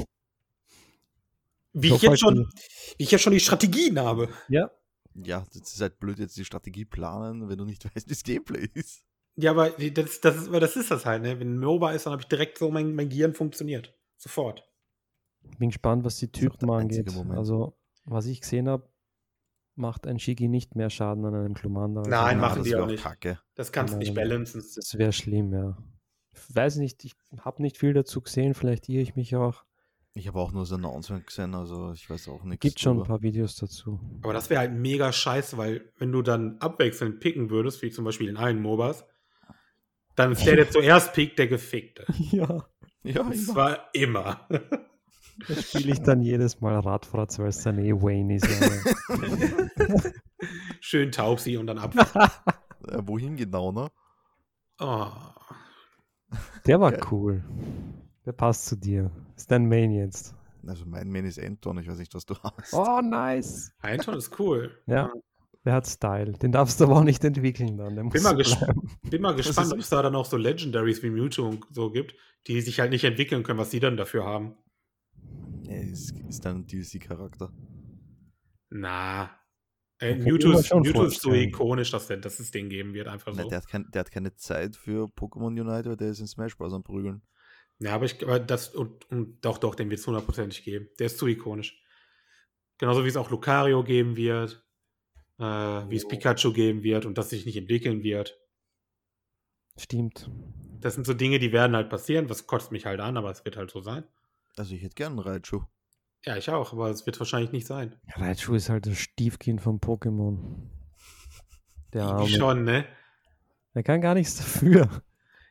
Speaker 3: Wie
Speaker 2: So
Speaker 3: ich, jetzt
Speaker 2: voll
Speaker 3: schon, wie ich jetzt schon die Strategien habe.
Speaker 2: Ja.
Speaker 1: Ja, das ist halt blöd, jetzt die Strategie planen, wenn du nicht weißt, wie das Gameplay ist.
Speaker 3: Ja, aber das, das, ist, aber das ist das halt, ne? Wenn ein MOBA ist, dann habe ich direkt so, mein, mein Gehirn funktioniert. Sofort.
Speaker 2: Bin gespannt, was die
Speaker 1: Das ist auch
Speaker 2: Typen
Speaker 1: der einzige
Speaker 2: angeht.
Speaker 1: Moment.
Speaker 2: Also, was ich gesehen habe, macht ein Shigi nicht mehr Schaden an einem Klumander. Also,
Speaker 3: Nein,
Speaker 1: Na,
Speaker 3: machen
Speaker 1: das
Speaker 3: die
Speaker 1: wär
Speaker 3: auch nicht.
Speaker 1: Kacke.
Speaker 3: Das kannst du nicht
Speaker 1: Genau.
Speaker 2: Nein.
Speaker 3: balancen.
Speaker 2: Das wäre schlimm, ja. Weiß nicht, ich habe nicht viel dazu gesehen, vielleicht irre ich mich auch.
Speaker 1: Ich habe auch nur das Announcement gesehen, also ich weiß auch nichts.
Speaker 2: Gibt schon ein
Speaker 1: drüber.
Speaker 2: paar Videos dazu.
Speaker 3: Aber das wäre halt mega scheiße, weil wenn du dann abwechselnd picken würdest, wie zum Beispiel in allen MOBAs, dann ist der, der zuerst pickt, der Gefickte.
Speaker 2: Ja.
Speaker 1: Ja,
Speaker 3: Und
Speaker 1: immer.
Speaker 3: zwar immer.
Speaker 2: Das spiele ich dann jedes Mal Radfratz, weil es dann eh Wayne ist. aber-
Speaker 3: Schön taub sie und dann ab.
Speaker 1: Äh, wohin genau, ne?
Speaker 3: Oh.
Speaker 2: Der war
Speaker 1: Geil.
Speaker 2: cool. Der passt zu dir. Ist dein Main jetzt.
Speaker 1: Also mein Man ist Anton, ich weiß nicht, was du hast.
Speaker 2: Oh, nice.
Speaker 3: Einton ist cool.
Speaker 2: Ja. Der hat Style. Den darfst du aber auch nicht entwickeln dann. Der muss
Speaker 3: Bin mal,
Speaker 2: bleiben.
Speaker 3: gesp bin mal gespannt,
Speaker 1: ist-
Speaker 3: ob es da dann auch so Legendaries wie Mewtwo und so gibt, die sich halt nicht entwickeln können, was die dann dafür haben.
Speaker 1: Nee, ist, ist dann ein DLC-Charakter.
Speaker 3: Na. Äh,
Speaker 2: kann ich
Speaker 3: Mewtwo,
Speaker 2: mir
Speaker 3: ist,
Speaker 2: schon
Speaker 3: Mewtwo ist so
Speaker 2: vorstellen.
Speaker 3: ikonisch, dass, der, dass es den geben wird, einfach so.
Speaker 1: Nein, der, hat kein, der hat keine Zeit für Pokémon Unite, weil der ist in Smash Bros. am Prügeln.
Speaker 3: Ja, aber ich, aber das, und, und doch, doch, den wird es hundertprozentig geben. Der ist zu ikonisch. Genauso wie es auch Lucario geben wird, äh, wie es
Speaker 2: Oh.
Speaker 1: Jo.
Speaker 3: Pikachu geben wird und das sich nicht entwickeln wird.
Speaker 2: Stimmt.
Speaker 3: Das sind so Dinge, die werden halt passieren. Was kotzt mich halt an, aber es wird halt so sein.
Speaker 1: Also ich hätte gern einen Raichu.
Speaker 3: Ja, ich auch, aber es wird wahrscheinlich nicht sein.
Speaker 2: Raichu ist halt das Stiefkind von Pokémon. Der
Speaker 3: Irgendwie
Speaker 2: Arme.
Speaker 3: Schon, ne?
Speaker 2: Er kann gar nichts dafür.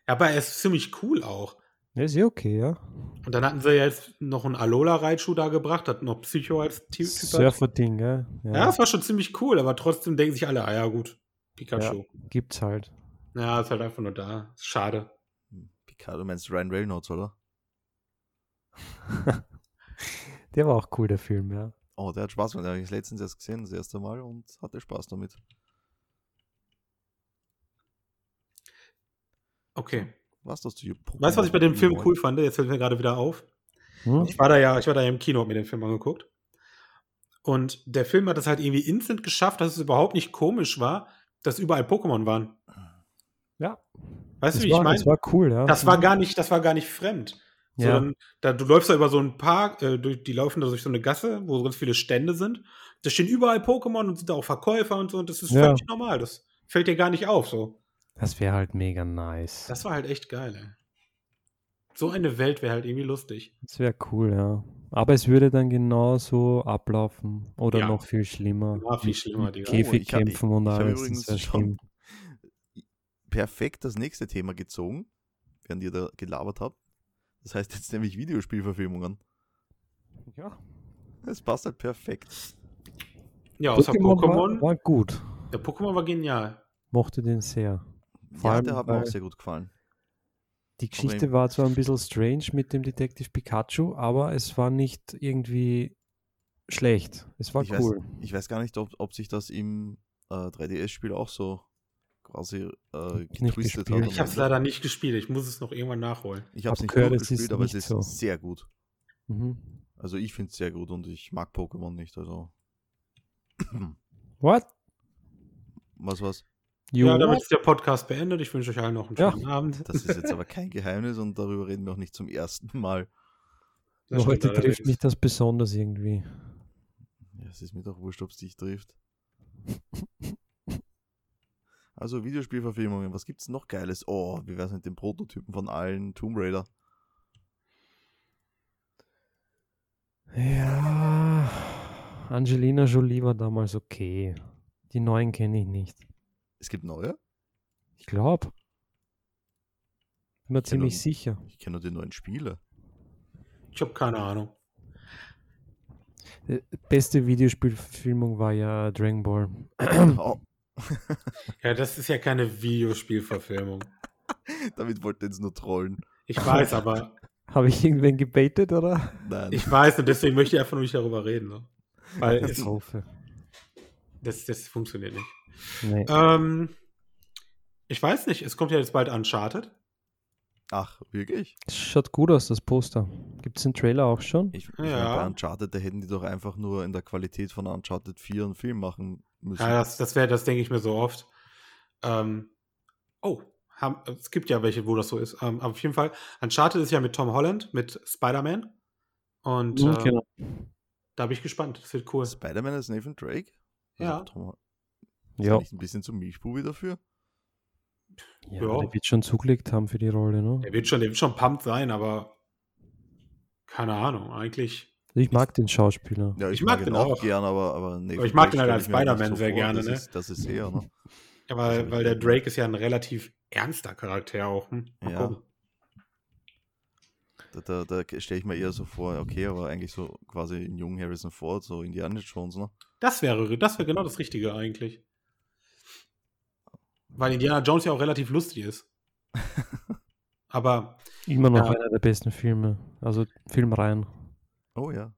Speaker 3: Ja, aber er ist ziemlich cool auch.
Speaker 2: Ja, Ist ja okay, ja.
Speaker 3: Und dann hatten sie ja jetzt noch einen Alola-Reitschuh da gebracht, hat noch Psycho als Ty- Typ. als-
Speaker 2: Surfer-Ding, gell?
Speaker 3: Ja, das war schon ziemlich cool, aber trotzdem denken sich alle, ah ja, gut, Pikachu.
Speaker 2: Gibt's halt.
Speaker 3: Ja, ist halt einfach nur da. Ist Schade.
Speaker 1: Hm, Picard, du meinst Ryan Reynolds, oder?
Speaker 2: Der war auch cool, der Film, ja.
Speaker 1: Oh, der hat Spaß gemacht. Den habe ich letztens erst gesehen, das erste Mal, und hatte Spaß damit.
Speaker 3: Okay.
Speaker 1: Was das zu Pokémon
Speaker 3: Weißt du, was ich bei dem Film
Speaker 1: Unite?
Speaker 3: cool fand? Jetzt fällt mir gerade wieder auf.
Speaker 2: Hm?
Speaker 3: Ich war da ja, ich war da ja im Kino, hab mir den Film angeguckt. Und der Film hat das halt irgendwie instant geschafft, dass es überhaupt nicht komisch war, dass überall Pokémon waren.
Speaker 2: Ja.
Speaker 3: Weißt du,
Speaker 2: das
Speaker 3: wie
Speaker 2: war,
Speaker 3: ich meine?
Speaker 2: Das war cool, ja.
Speaker 3: Das war gar nicht, das war gar nicht fremd. So,
Speaker 2: Ja.
Speaker 3: dann, da, du läufst da über so einen Park, äh, durch, die laufen da durch so eine Gasse, wo ganz viele Stände sind. Da stehen überall Pokémon und sind da auch Verkäufer und so, und das ist
Speaker 2: Ja.
Speaker 3: völlig normal. Das fällt dir gar nicht auf. So.
Speaker 2: Das wäre halt mega nice. Das,
Speaker 3: Das war halt echt geil, ey. So eine Welt wäre halt irgendwie lustig.
Speaker 2: wäre cool, ja. Aber es würde dann genauso ablaufen. Oder
Speaker 3: Ja.
Speaker 2: noch viel schlimmer.
Speaker 3: Ja, viel schlimmer,
Speaker 2: Mit
Speaker 3: Digga. Oh,
Speaker 1: ich hab-
Speaker 2: Käfigkämpfen und
Speaker 1: ich hab
Speaker 2: alles.
Speaker 1: übrigens
Speaker 2: Das wäre
Speaker 1: schon-
Speaker 2: schlimm.
Speaker 1: perfekt das nächste Thema gezogen, während ihr da gelabert habt. Das heißt jetzt nämlich Videospielverfilmungen.
Speaker 2: Ja.
Speaker 1: Es passt halt perfekt.
Speaker 3: Ja, außer
Speaker 2: Pokémon war,
Speaker 3: Pokémon.
Speaker 2: war gut.
Speaker 3: Der Pokémon war genial.
Speaker 2: Mochte den sehr. Vor
Speaker 1: Ja,
Speaker 2: allem,
Speaker 1: der hat mir auch
Speaker 2: weil-
Speaker 1: sehr gut gefallen.
Speaker 2: Die Geschichte war zwar ein bisschen strange mit dem Detective Pikachu, aber es war nicht irgendwie schlecht. Es war
Speaker 1: Ich weiß-
Speaker 2: cool.
Speaker 1: Ich weiß gar nicht, ob, ob sich das im äh, 3DS-Spiel auch so quasi äh,
Speaker 2: ich nicht
Speaker 1: getwistet
Speaker 2: gespielt.
Speaker 1: hat.
Speaker 3: Ich habe es leider nicht gespielt. Ich muss es noch irgendwann nachholen.
Speaker 1: Ich hab's
Speaker 2: Hab
Speaker 1: nicht
Speaker 2: gehört,
Speaker 1: gehört,
Speaker 2: es ist
Speaker 1: gespielt, aber es
Speaker 2: nicht
Speaker 1: ist
Speaker 2: so.
Speaker 1: sehr gut.
Speaker 2: Mhm.
Speaker 1: Also ich finde es sehr gut und ich mag Pokémon nicht. Also
Speaker 2: What?
Speaker 1: was was?
Speaker 2: You
Speaker 3: Ja, damit
Speaker 2: what?
Speaker 3: ist der Podcast beendet. Ich wünsche euch allen noch einen
Speaker 2: Ja.
Speaker 3: schönen Abend.
Speaker 1: Das ist jetzt aber kein Geheimnis und darüber reden wir auch nicht zum ersten Mal.
Speaker 3: Das
Speaker 2: Nur heute
Speaker 3: stimmt
Speaker 2: trifft
Speaker 3: allerdings.
Speaker 2: mich das besonders irgendwie.
Speaker 1: Ja, es ist mir doch wurscht, ob es dich trifft. Also Videospielverfilmungen, was gibt's noch Geiles? Oh, wie wär's mit dem Prototypen von allen Tomb Raider?
Speaker 2: Ja, Angelina Jolie war damals okay. Die neuen kenne ich nicht.
Speaker 1: Es gibt neue?
Speaker 2: Ich glaube. Bin mir
Speaker 1: kenn
Speaker 2: ziemlich
Speaker 1: nur-
Speaker 2: sicher.
Speaker 1: Ich kenne nur die neuen Spiele.
Speaker 3: Ich habe keine Ahnung.
Speaker 2: Äh, Beste Videospielverfilmung war ja Dragon Ball.
Speaker 1: Oh,
Speaker 3: Ja, das ist ja keine Videospielverfilmung.
Speaker 1: damit wollte ich jetzt nur trollen.
Speaker 3: Ich weiß, aber
Speaker 2: Habe ich irgendwen gebaitet, oder?
Speaker 1: Nein.
Speaker 3: ich weiß und deswegen möchte ich einfach nur nicht darüber reden. Ne? Weil es,
Speaker 2: Katastrophe.
Speaker 3: das, das funktioniert nicht.
Speaker 2: Nee.
Speaker 3: Ähm, ich weiß nicht, es kommt ja jetzt bald Uncharted.
Speaker 1: Ach, wirklich?
Speaker 2: Schaut gut aus, das Poster. Gibt es den Trailer auch schon?
Speaker 1: Ich, ich
Speaker 3: Ja.
Speaker 1: meine, bei Uncharted, da hätten die doch einfach nur in der Qualität von Uncharted 4 einen Film machen müssen.
Speaker 3: Ja, das, das wäre, das denke ich mir so oft. Ähm, oh, haben, es gibt ja welche, wo das so ist. Ähm, aber auf jeden Fall, Uncharted ist ja mit Tom Holland, mit Spider-Man. Und
Speaker 2: Mhm,
Speaker 3: äh,
Speaker 2: genau.
Speaker 3: da bin ich gespannt. Das wird cool.
Speaker 1: Spider-Man ist Nathan Drake?
Speaker 3: Ja.
Speaker 1: Ist er
Speaker 2: Ja.
Speaker 1: Nicht ein bisschen zum Milchbubi dafür?
Speaker 2: ja,
Speaker 3: Ja.
Speaker 2: der wird schon zugelegt haben für die Rolle, ne?
Speaker 3: Der wird schon, der wird schon pumped sein, aber keine Ahnung, eigentlich.
Speaker 2: Ich mag den Schauspieler.
Speaker 1: Ja,
Speaker 3: Ich mag den auch.
Speaker 1: gern, aber, aber Nathan
Speaker 3: ich mag den
Speaker 1: Drake
Speaker 3: halt als
Speaker 1: stell ich mir auch nicht
Speaker 3: Spider-Man sehr
Speaker 1: vor.
Speaker 3: gerne,
Speaker 1: Das
Speaker 3: ne?
Speaker 1: Ist, das ist er, ne? Das
Speaker 3: Ja,
Speaker 1: hab
Speaker 3: weil,
Speaker 1: ich
Speaker 3: weil der
Speaker 1: nicht.
Speaker 3: Drake ist ja ein relativ ernster Charakter auch. Hm? Mal
Speaker 1: Ja.
Speaker 3: gucken.
Speaker 1: Da, da, da stelle ich mir eher so vor, okay, aber eigentlich so quasi einen jungen Harrison Ford, so Indiana Jones, ne?
Speaker 3: Das wäre, das wäre genau das Richtige eigentlich. Weil Indiana Jones ja auch relativ lustig ist. aber
Speaker 2: Immer noch
Speaker 3: Ja.
Speaker 2: einer der besten Filme. Also Filmreihen.
Speaker 1: Oh ja.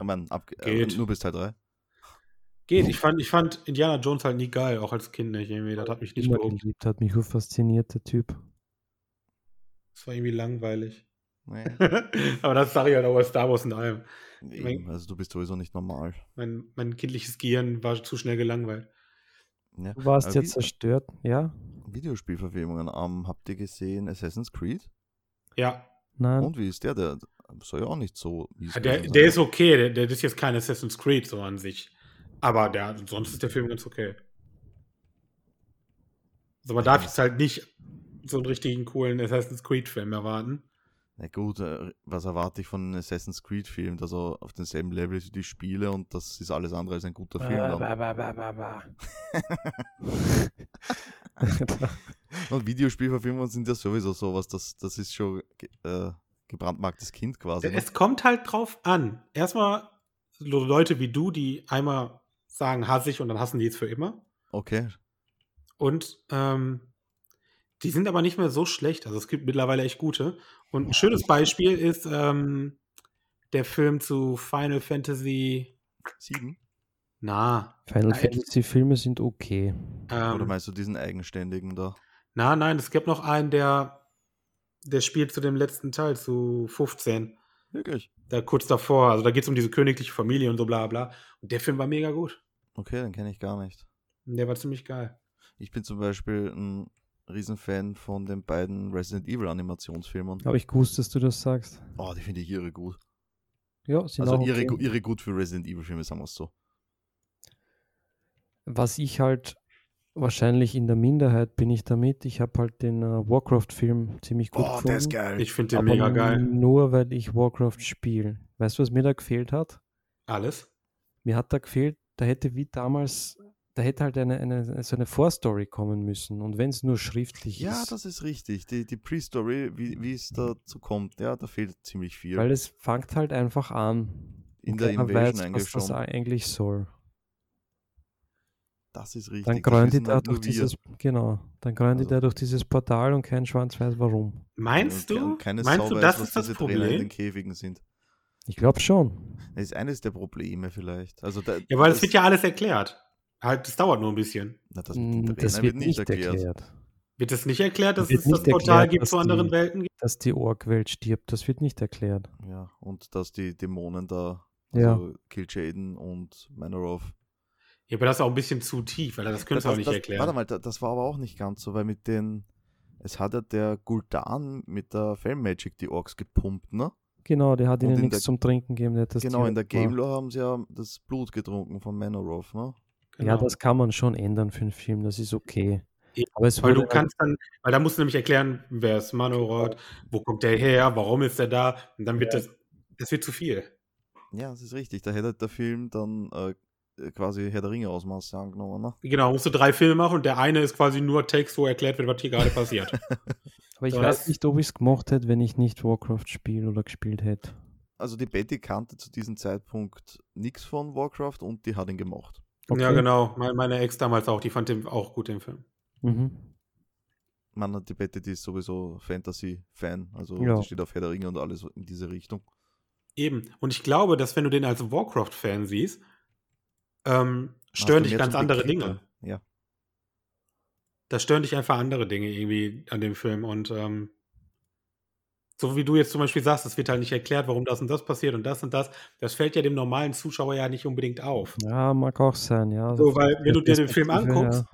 Speaker 1: Ich meine, ab, äh,
Speaker 3: Geht.
Speaker 1: nur bis Teil 3.
Speaker 3: Geht, ich fand, ich fand Indiana Jones halt nie geil, auch als Kind nicht. Irgendwie, das hat mich nicht
Speaker 2: Immer
Speaker 3: beobachtet.
Speaker 2: geliebt, hat mich so fasziniert, der Typ.
Speaker 3: Das war irgendwie langweilig.
Speaker 1: Nee,
Speaker 3: Aber das sage ich halt auch bei Star Wars und allem.
Speaker 1: eben, also du bist sowieso nicht normal.
Speaker 3: Mein, mein kindliches Gehirn war zu schnell gelangweilt.
Speaker 1: Ja.
Speaker 3: Mhm.
Speaker 2: Du warst
Speaker 1: Aber
Speaker 2: ja zerstört, ja?
Speaker 1: ne? Videospielverfilmungen. Ähm, habt ihr gesehen Assassin's Creed?
Speaker 3: Ja,
Speaker 2: Nein.
Speaker 1: Und wie ist der? Der soll ja auch nicht so. mies
Speaker 3: der,
Speaker 1: gewesen
Speaker 3: der
Speaker 1: sein.
Speaker 3: ist okay, der, der ist jetzt kein Assassin's Creed so an sich. Aber der, sonst ist der Film ganz okay. Also man darf jetzt halt nicht so einen richtigen coolen Assassin's Creed-Film erwarten.
Speaker 1: Na gut, äh, was erwarte ich von einem Assassin's Creed-Film? Dass er auf demselben Level ist wie die Spiele und das ist alles andere als ein guter Film. Dann. Und Videospielverfilmungen sind ja sowieso sowas, das, das ist schon ge äh, gebrandmarktes Kind quasi. ne?
Speaker 3: Es kommt halt drauf an. Erstmal so Leute wie du, die einmal sagen, hasse ich und dann hassen die es für immer.
Speaker 1: Okay,
Speaker 3: Und ähm, die sind aber nicht mehr so schlecht. Also es gibt mittlerweile echt gute. Und ein schönes Beispiel ist ähm, der Film zu Final Fantasy.
Speaker 1: sieben.
Speaker 3: Na,
Speaker 2: Final
Speaker 3: Nein.
Speaker 2: Fantasy Filme sind okay.
Speaker 1: Oder
Speaker 3: ähm,
Speaker 1: meinst du diesen eigenständigen da?
Speaker 3: na, nein, es gibt noch einen, der, der spielt zu dem letzten Teil, zu 15.
Speaker 1: Wirklich?
Speaker 3: Da kurz davor. Also da geht es um diese königliche Familie und so bla bla. Und der Film war mega gut.
Speaker 1: Okay, dann kenne ich gar nicht.
Speaker 3: Und der war ziemlich geil.
Speaker 1: Ich bin zum Beispiel ein Riesenfan von den beiden Resident Evil Animationsfilmen.
Speaker 2: Aber ich gewusst, dass du das sagst.
Speaker 1: Oh, die finde ich irre gut.
Speaker 2: Ja, sind
Speaker 1: Also
Speaker 2: auch
Speaker 1: irre,
Speaker 2: okay.
Speaker 1: gu- irre gut für Resident Evil Filme, sagen wir es so.
Speaker 2: Was ich halt wahrscheinlich in der Minderheit bin ich damit. Ich habe halt den äh, Warcraft-Film ziemlich gut
Speaker 1: Oh,
Speaker 2: gefunden.
Speaker 1: der ist geil.
Speaker 3: Ich finde den
Speaker 2: aber
Speaker 3: mega geil.
Speaker 2: Nur weil ich Warcraft spiele. Weißt du, was mir da gefehlt hat?
Speaker 3: Alles?
Speaker 2: Mir hat da gefehlt, da hätte wie damals, da hätte halt eine, eine so eine Vorstory kommen müssen. Und wenn es nur schriftlich
Speaker 1: Ja,
Speaker 2: ist,
Speaker 1: das ist richtig. Die, die Pre-Story, wie, wie es dazu kommt, ja, da fehlt ziemlich viel.
Speaker 2: weil es fängt halt einfach an.
Speaker 1: In
Speaker 2: Und
Speaker 1: der
Speaker 2: keiner
Speaker 1: Invasion
Speaker 2: was das
Speaker 1: eingeschoben.
Speaker 2: eigentlich soll.
Speaker 1: das ist richtig.
Speaker 2: Dann
Speaker 1: das
Speaker 2: grönt die
Speaker 1: wissen
Speaker 2: da
Speaker 1: halt
Speaker 2: durch
Speaker 1: nur wir.
Speaker 2: dieses, genau, dann grönt die
Speaker 1: Also-
Speaker 2: da durch dieses Portal und kein Schwanz weiß warum.
Speaker 3: Meinst
Speaker 1: Und-
Speaker 3: du?
Speaker 1: und Keine
Speaker 3: meinst
Speaker 1: Sau
Speaker 3: du,
Speaker 1: weiß,
Speaker 3: das
Speaker 1: was
Speaker 3: ist das
Speaker 1: diese Trainer in den
Speaker 3: Problem?
Speaker 1: Käfigen sind.
Speaker 2: Ich glaube schon.
Speaker 1: Das ist eines der Probleme vielleicht. Also da,
Speaker 3: Ja, weil es wird ja alles erklärt. Halt, das dauert nur ein bisschen.
Speaker 1: Na, das, mit
Speaker 2: Das,
Speaker 1: den Trainern
Speaker 2: Mm, das wird nicht erklärt.
Speaker 3: Wird es nicht erklärt, dass
Speaker 2: Wird
Speaker 3: es das
Speaker 2: nicht
Speaker 3: Portal
Speaker 2: erklärt,
Speaker 3: gibt
Speaker 2: dass
Speaker 3: zu anderen
Speaker 2: die-
Speaker 3: Welten?
Speaker 2: Dass die Org-Welt stirbt, das wird nicht erklärt.
Speaker 1: Ja, und dass die Dämonen da,
Speaker 2: Ja.
Speaker 1: also Kill Jaden und Manoroth.
Speaker 3: Ja, aber das ist auch ein bisschen zu tief, weil das könntest du auch
Speaker 1: das,
Speaker 3: nicht
Speaker 1: das,
Speaker 3: erklären.
Speaker 1: Warte mal, da- das war aber auch nicht ganz so, weil mit den. Es hat ja der Guldan mit der Fame Magic die Orks gepumpt, ne?
Speaker 2: Genau, der hat
Speaker 1: Und
Speaker 2: ihnen
Speaker 1: in
Speaker 2: nichts
Speaker 1: der-
Speaker 2: zum Trinken gegeben. Der hat das
Speaker 1: Genau, in der
Speaker 2: direkt gemacht.
Speaker 1: Game Lore haben sie ja das Blut getrunken von Manoroth, ne?
Speaker 2: Ja,
Speaker 3: Genau.
Speaker 2: das kann man schon ändern für einen Film, das ist okay.
Speaker 3: Eben,
Speaker 2: Aber es
Speaker 3: Weil
Speaker 2: wurde
Speaker 3: du kannst dann, weil da musst du nämlich erklären, wer ist Manorod, wo kommt der her, warum ist er da, und dann wird das, das wird zu viel.
Speaker 1: Ja, das ist richtig. Da hätte der Film dann äh, quasi Herr der Ringe Ausmaße angenommen. Ne?
Speaker 3: Genau, musst du drei Filme machen und der eine ist quasi nur Text, wo erklärt wird, was hier gerade passiert.
Speaker 2: aber ich
Speaker 3: so
Speaker 2: weiß
Speaker 3: das-
Speaker 2: nicht, ob ich es gemacht hätte, wenn ich nicht Warcraft spiele oder gespielt hätte.
Speaker 1: Also die Betty kannte zu diesem Zeitpunkt nichts von Warcraft und die hat ihn gemacht.
Speaker 2: Okay.
Speaker 3: Ja, genau. Meine, meine Ex damals auch, die fand den auch gut, den Film.
Speaker 2: Mhm.
Speaker 1: Man, die Betty, die ist sowieso Fantasy-Fan, also
Speaker 2: Ja.
Speaker 1: die steht auf Herr der Ringe und alles in diese Richtung.
Speaker 3: Eben. Und ich glaube, dass wenn du den als Warcraft-Fan siehst, ähm, stören
Speaker 1: Hast du
Speaker 3: dich
Speaker 1: mehr
Speaker 3: ganz
Speaker 1: zum
Speaker 3: andere
Speaker 1: Bekribbeln.
Speaker 3: Dinge.
Speaker 1: Ja.
Speaker 3: Da stören dich einfach andere Dinge irgendwie an dem Film. Und ähm, so wie du jetzt zum Beispiel sagst, es wird halt nicht erklärt, warum das und das passiert und das und das. Das fällt ja dem normalen Zuschauer ja nicht unbedingt auf.
Speaker 2: Ja, mag auch sein, ja.
Speaker 3: So, weil wenn du dir den
Speaker 2: Perspektive,
Speaker 3: Film anguckst,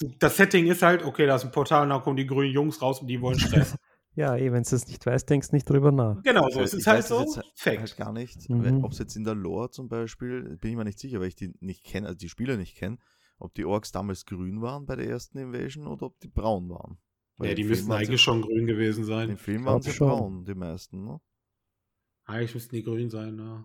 Speaker 3: du- das Setting ist halt, okay, da ist ein Portal und da kommen die grünen Jungs raus und die wollen Stress.
Speaker 2: Ja, eh, wenn du es nicht weißt, denkst nicht drüber nach.
Speaker 3: genau, so.
Speaker 1: Ich
Speaker 3: Es
Speaker 1: weiß-
Speaker 3: ist
Speaker 1: ich
Speaker 3: halt
Speaker 1: weiß das
Speaker 3: so.
Speaker 1: jetzt Halt
Speaker 3: Fact.
Speaker 1: gar nicht.
Speaker 2: Mhm.
Speaker 1: Wenn- Ob es jetzt in der Lore zum Beispiel, bin ich mir nicht sicher, weil ich die nicht kenne, also die Spieler nicht kenne, ob die Orks damals grün waren bei der ersten Invasion oder ob die braun waren.
Speaker 3: Ja,
Speaker 1: im
Speaker 3: die
Speaker 1: Film
Speaker 3: müssen
Speaker 1: waren sie-
Speaker 3: eigentlich schon grün gewesen sein.
Speaker 1: Im Film
Speaker 2: Ich
Speaker 1: waren
Speaker 2: glaub
Speaker 1: sie
Speaker 2: schon.
Speaker 1: braun, die meisten. Ne?
Speaker 3: Eigentlich müssten die grün sein, ja.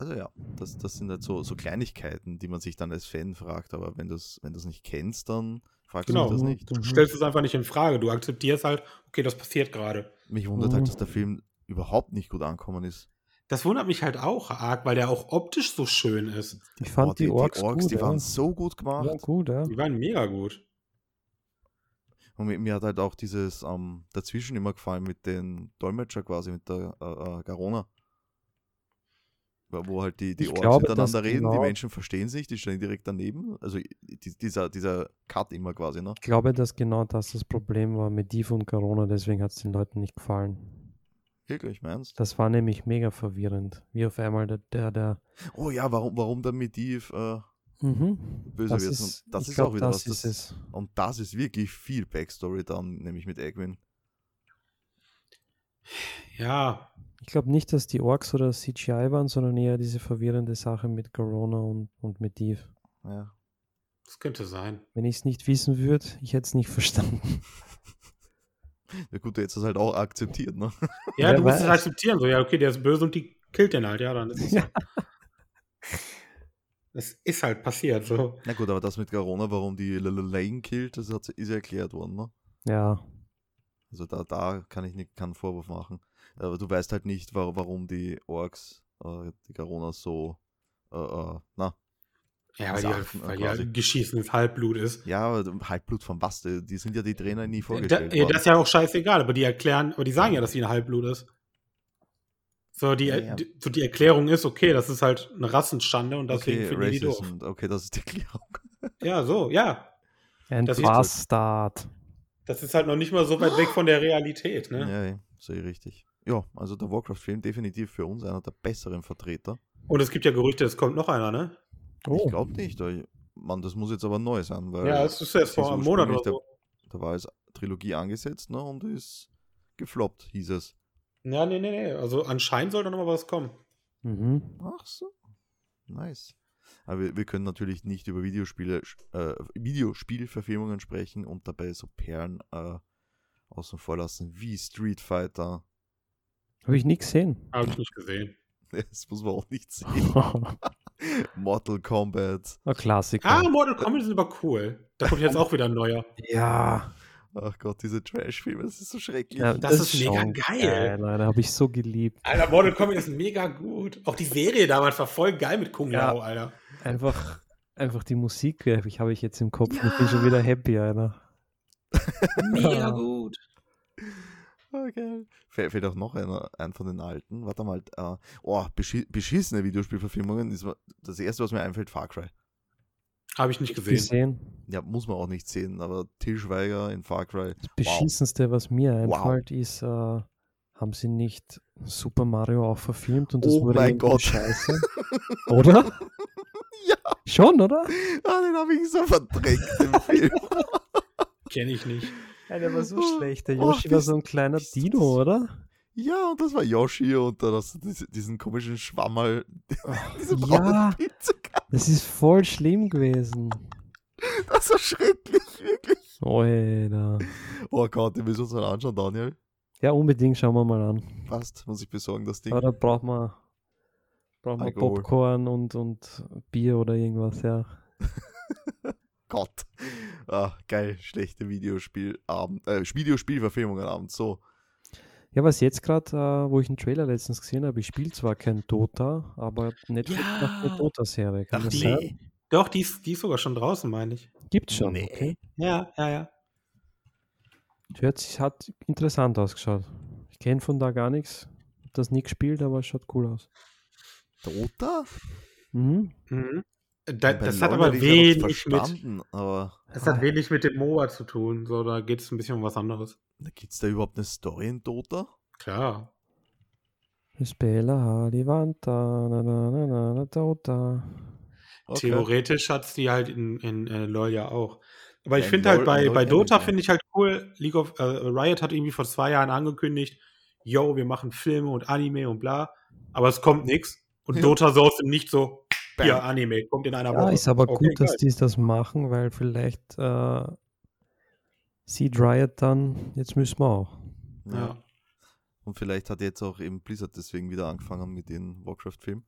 Speaker 1: Also ja, das, das sind halt so, so Kleinigkeiten, die man sich dann als Fan fragt, aber wenn du es wenn du's nicht kennst, dann fragst
Speaker 3: Genau.
Speaker 1: du dich das nicht.
Speaker 2: Mhm.
Speaker 3: Du stellst es einfach nicht in Frage. Du akzeptierst halt, okay, das passiert gerade.
Speaker 1: Mich wundert halt,
Speaker 2: Mhm.
Speaker 1: dass der Film überhaupt nicht gut ankommen ist.
Speaker 3: Das wundert mich halt auch arg, weil der auch optisch so schön ist.
Speaker 2: Ich fand
Speaker 1: Boah,
Speaker 2: die, Orks, gut,
Speaker 1: die
Speaker 2: ja.
Speaker 1: waren so gut gemacht.
Speaker 2: ja, gut, ja.
Speaker 3: Die waren mega gut.
Speaker 1: Und mir, mir hat halt auch dieses ähm, dazwischen immer gefallen mit den Dolmetscher quasi, mit der äh, äh, Garona. Wo wo halt die, die
Speaker 2: Ich
Speaker 1: Orks
Speaker 2: glaube,
Speaker 1: miteinander
Speaker 2: dass
Speaker 1: reden, die
Speaker 2: genau-
Speaker 1: Menschen verstehen sich, die stehen direkt daneben. Also die, dieser, dieser Cut immer quasi, ne?
Speaker 2: Ich glaube, dass genau das das Problem war mit Div und Corona, deswegen hat es den Leuten nicht gefallen.
Speaker 1: Wirklich, meinst
Speaker 2: Das war nämlich mega verwirrend, wie auf einmal der, der, der
Speaker 1: Oh ja, warum, warum der Mediv äh,
Speaker 3: Mhm.
Speaker 1: böse
Speaker 2: das
Speaker 1: wird.
Speaker 2: ist,
Speaker 1: und das
Speaker 2: ich
Speaker 1: ist
Speaker 2: glaub,
Speaker 1: auch wieder
Speaker 2: das
Speaker 1: was. das,
Speaker 2: Ist es.
Speaker 1: und das ist wirklich viel Backstory dann, nämlich mit Egwin.
Speaker 3: Ja,
Speaker 2: Ich glaube nicht, dass die Orks oder CGI waren, sondern eher diese verwirrende Sache mit Corona und, und mit Div.
Speaker 1: Ja.
Speaker 3: das könnte sein.
Speaker 2: Wenn ich es nicht wissen würde, ich hätte es nicht verstanden.
Speaker 1: Na gut, der jetzt das halt auch akzeptiert, ne?
Speaker 3: Ja,
Speaker 2: Wer
Speaker 3: du musst es
Speaker 2: weiß.
Speaker 3: akzeptieren. So, ja, okay, der ist böse und die killt den halt. Ja, dann ist es so. Das ist halt passiert. So.
Speaker 1: Na gut, aber das mit Garona, warum die L- L- Lane killt, das hat, ist ja erklärt worden, ne?
Speaker 2: Ja,
Speaker 1: Also da, da kann ich nicht, keinen Vorwurf machen. Aber du weißt halt nicht, wa warum die Orks, äh, die Garona so, äh, äh, na,
Speaker 3: Ja, weil die,
Speaker 1: Sachen,
Speaker 3: halt, weil die
Speaker 1: quasi.
Speaker 3: halt geschießenes Halbblut ist.
Speaker 1: ja, aber du- Halbblut von was? Die die sind ja die Trainer nie
Speaker 3: Äh, Da,
Speaker 1: vorgestellt
Speaker 3: ja,
Speaker 1: worden.
Speaker 3: das ist ja auch scheißegal, aber die erklären, aber die sagen ja, dass sie ein Halbblut ist. So die,
Speaker 1: Ja, ja.
Speaker 3: Die, so die Erklärung ist, okay, das ist halt eine Rassenschande und deswegen
Speaker 1: okay,
Speaker 3: finden die die doof.
Speaker 1: Racism, okay, das ist die Erklärung.
Speaker 3: Ja, so, ja.
Speaker 2: ein
Speaker 3: Das ist-
Speaker 2: Bastard.
Speaker 3: Das ist halt noch nicht mal so weit weg von der Realität, ne?
Speaker 1: Ja, ja sehe ich richtig. Ja, also der Warcraft-Film definitiv für uns einer der besseren Vertreter.
Speaker 3: Und es gibt ja Gerüchte, es kommt noch einer, ne?
Speaker 1: Ich glaube nicht, weil, Mann, das muss jetzt aber neu sein, weil
Speaker 3: ja, es ist erst
Speaker 1: sie
Speaker 3: vor
Speaker 1: ist
Speaker 3: einem Monat oder
Speaker 1: ursprünglich
Speaker 3: so.
Speaker 1: da war jetzt Trilogie angesetzt ne, und ist gefloppt, hieß es.
Speaker 3: Ja, nee, nee, nee. Also anscheinend soll da noch mal was kommen.
Speaker 2: Mhm.
Speaker 1: Ach so. Nice. Aber wir, wir können natürlich nicht über Videospiele, äh, Videospielverfilmungen sprechen und dabei so Perlen äh, außen vor lassen wie Street Fighter.
Speaker 2: Habe ich nie gesehen.
Speaker 3: Habe ich nicht gesehen.
Speaker 1: Das muss man auch nicht sehen. Mortal Kombat.
Speaker 2: Ein Klassiker.
Speaker 3: Ah, Mortal Kombat sind aber cool. Da kommt jetzt auch wieder ein neuer.
Speaker 2: ja.
Speaker 1: Ach Gott, diese Trash-Filme, das ist so schrecklich.
Speaker 2: ja,
Speaker 3: Das ist mega
Speaker 2: schon
Speaker 3: geil.
Speaker 2: Alter, habe ich so geliebt.
Speaker 3: Alter, Mortal Kombat ist mega gut. Auch die Serie damals war voll geil mit Kung
Speaker 2: Ja.
Speaker 3: Lao, Alter.
Speaker 2: Einfach, einfach die Musik hab ich, habe ich jetzt im Kopf und bin schon wieder happy, Alter.
Speaker 3: Mega gut.
Speaker 1: Okay. Fällt, fällt auch noch einer ein von den alten. Warte mal. Äh, oh, beschi beschissene Videospielverfilmungen. Ist, mir- das erste, was mir einfällt, Far Cry.
Speaker 3: Habe ich nicht gesehen.
Speaker 2: Gesehen.
Speaker 1: Ja, muss man auch nicht sehen, aber Til Schweiger in Far Cry.
Speaker 2: Das Beschissenste, was mir
Speaker 1: Wow.
Speaker 2: einfällt, ist, äh, haben sie nicht Super Mario auch verfilmt und das
Speaker 1: Oh
Speaker 2: wurde
Speaker 1: mein
Speaker 2: irgendwie
Speaker 1: Gott.
Speaker 2: scheiße. Oder?
Speaker 1: Ja.
Speaker 2: Schon, oder?
Speaker 1: Ah, den habe ich so verdrängt im Film.
Speaker 3: Kenne ich nicht.
Speaker 2: Alter, war so
Speaker 1: Oh,
Speaker 2: schlecht. Der
Speaker 1: oh,
Speaker 2: Yoshi war
Speaker 1: bist-
Speaker 2: so ein kleiner
Speaker 1: bist du
Speaker 2: Dino,
Speaker 1: das-
Speaker 2: oder?
Speaker 1: Ja, und das war Yoshi und dann hast du diese, diesen komischen Schwammerl. diese
Speaker 2: Ja.
Speaker 1: braune Pilze gehabt.
Speaker 2: Das ist voll schlimm gewesen.
Speaker 1: Das ist schrecklich, wirklich.
Speaker 2: Alter.
Speaker 1: Oh Gott, den müssen wir uns mal anschauen, Daniel.
Speaker 2: Ja, unbedingt schauen wir mal an.
Speaker 1: Passt, muss ich besorgen, das Ding.
Speaker 2: Aber da braucht man, braucht man
Speaker 1: Alkohol.
Speaker 2: Popcorn und, und Bier oder irgendwas, ja.
Speaker 1: Gott. Ah, geil, schlechte Videospielabend, äh, Videospielverfilmungen abends. So,
Speaker 2: Ja, was jetzt gerade, äh, wo ich einen Trailer letztens gesehen habe, ich spiele zwar kein Dota, aber Netflix
Speaker 3: Ja.
Speaker 2: macht eine Dota-Serie. Kann
Speaker 1: Ach,
Speaker 2: das
Speaker 1: nee.
Speaker 2: sein?
Speaker 3: Doch, die ist, die ist sogar schon draußen, meine ich.
Speaker 2: Gibt's schon.
Speaker 1: Nee.
Speaker 2: Okay.
Speaker 3: Ja, ja, ja.
Speaker 2: Hört sich, hat interessant ausgeschaut. Ich kenne von da gar nichts. Hab das nie gespielt, aber es schaut cool aus.
Speaker 1: Dota?
Speaker 2: Mhm.
Speaker 3: Mhm. Da,
Speaker 1: Bei
Speaker 3: das hat
Speaker 1: LOL
Speaker 3: aber
Speaker 1: hätte ich ja noch
Speaker 3: wenig mit,
Speaker 1: verstanden, Ah. aber
Speaker 3: das hat wenig mit dem MOBA zu tun. So, da geht es ein bisschen um was anderes.
Speaker 1: gibt es da überhaupt eine Story in Dota?
Speaker 3: Klar.
Speaker 2: Das Bella, die Wand, da, na, na, na, na, na, Dota.
Speaker 1: Okay.
Speaker 3: Theoretisch hat es die halt in, in äh, LOL ja auch. Aber ich
Speaker 1: Ja, in
Speaker 3: finde halt
Speaker 1: LOL
Speaker 3: bei,
Speaker 1: LOL
Speaker 3: bei
Speaker 1: kenn ich
Speaker 3: Dota
Speaker 1: ja.
Speaker 3: finde ich halt cool, League of äh, Riot hat irgendwie vor zwei Jahren angekündigt, yo, wir machen Filme und Anime und bla, aber es kommt nichts. Und
Speaker 1: Ja.
Speaker 3: Dota so aus dem nicht so,
Speaker 1: Bam.
Speaker 3: hier Anime, kommt in einer
Speaker 2: Ja,
Speaker 3: Woche.
Speaker 2: ist aber
Speaker 3: Okay,
Speaker 2: gut, dass
Speaker 3: geil.
Speaker 2: die das machen, weil vielleicht äh, sieht Riot dann, jetzt müssen wir auch.
Speaker 1: Ja.
Speaker 3: Ja.
Speaker 1: Und vielleicht hat jetzt auch eben Blizzard deswegen wieder angefangen mit den Warcraft-Filmen.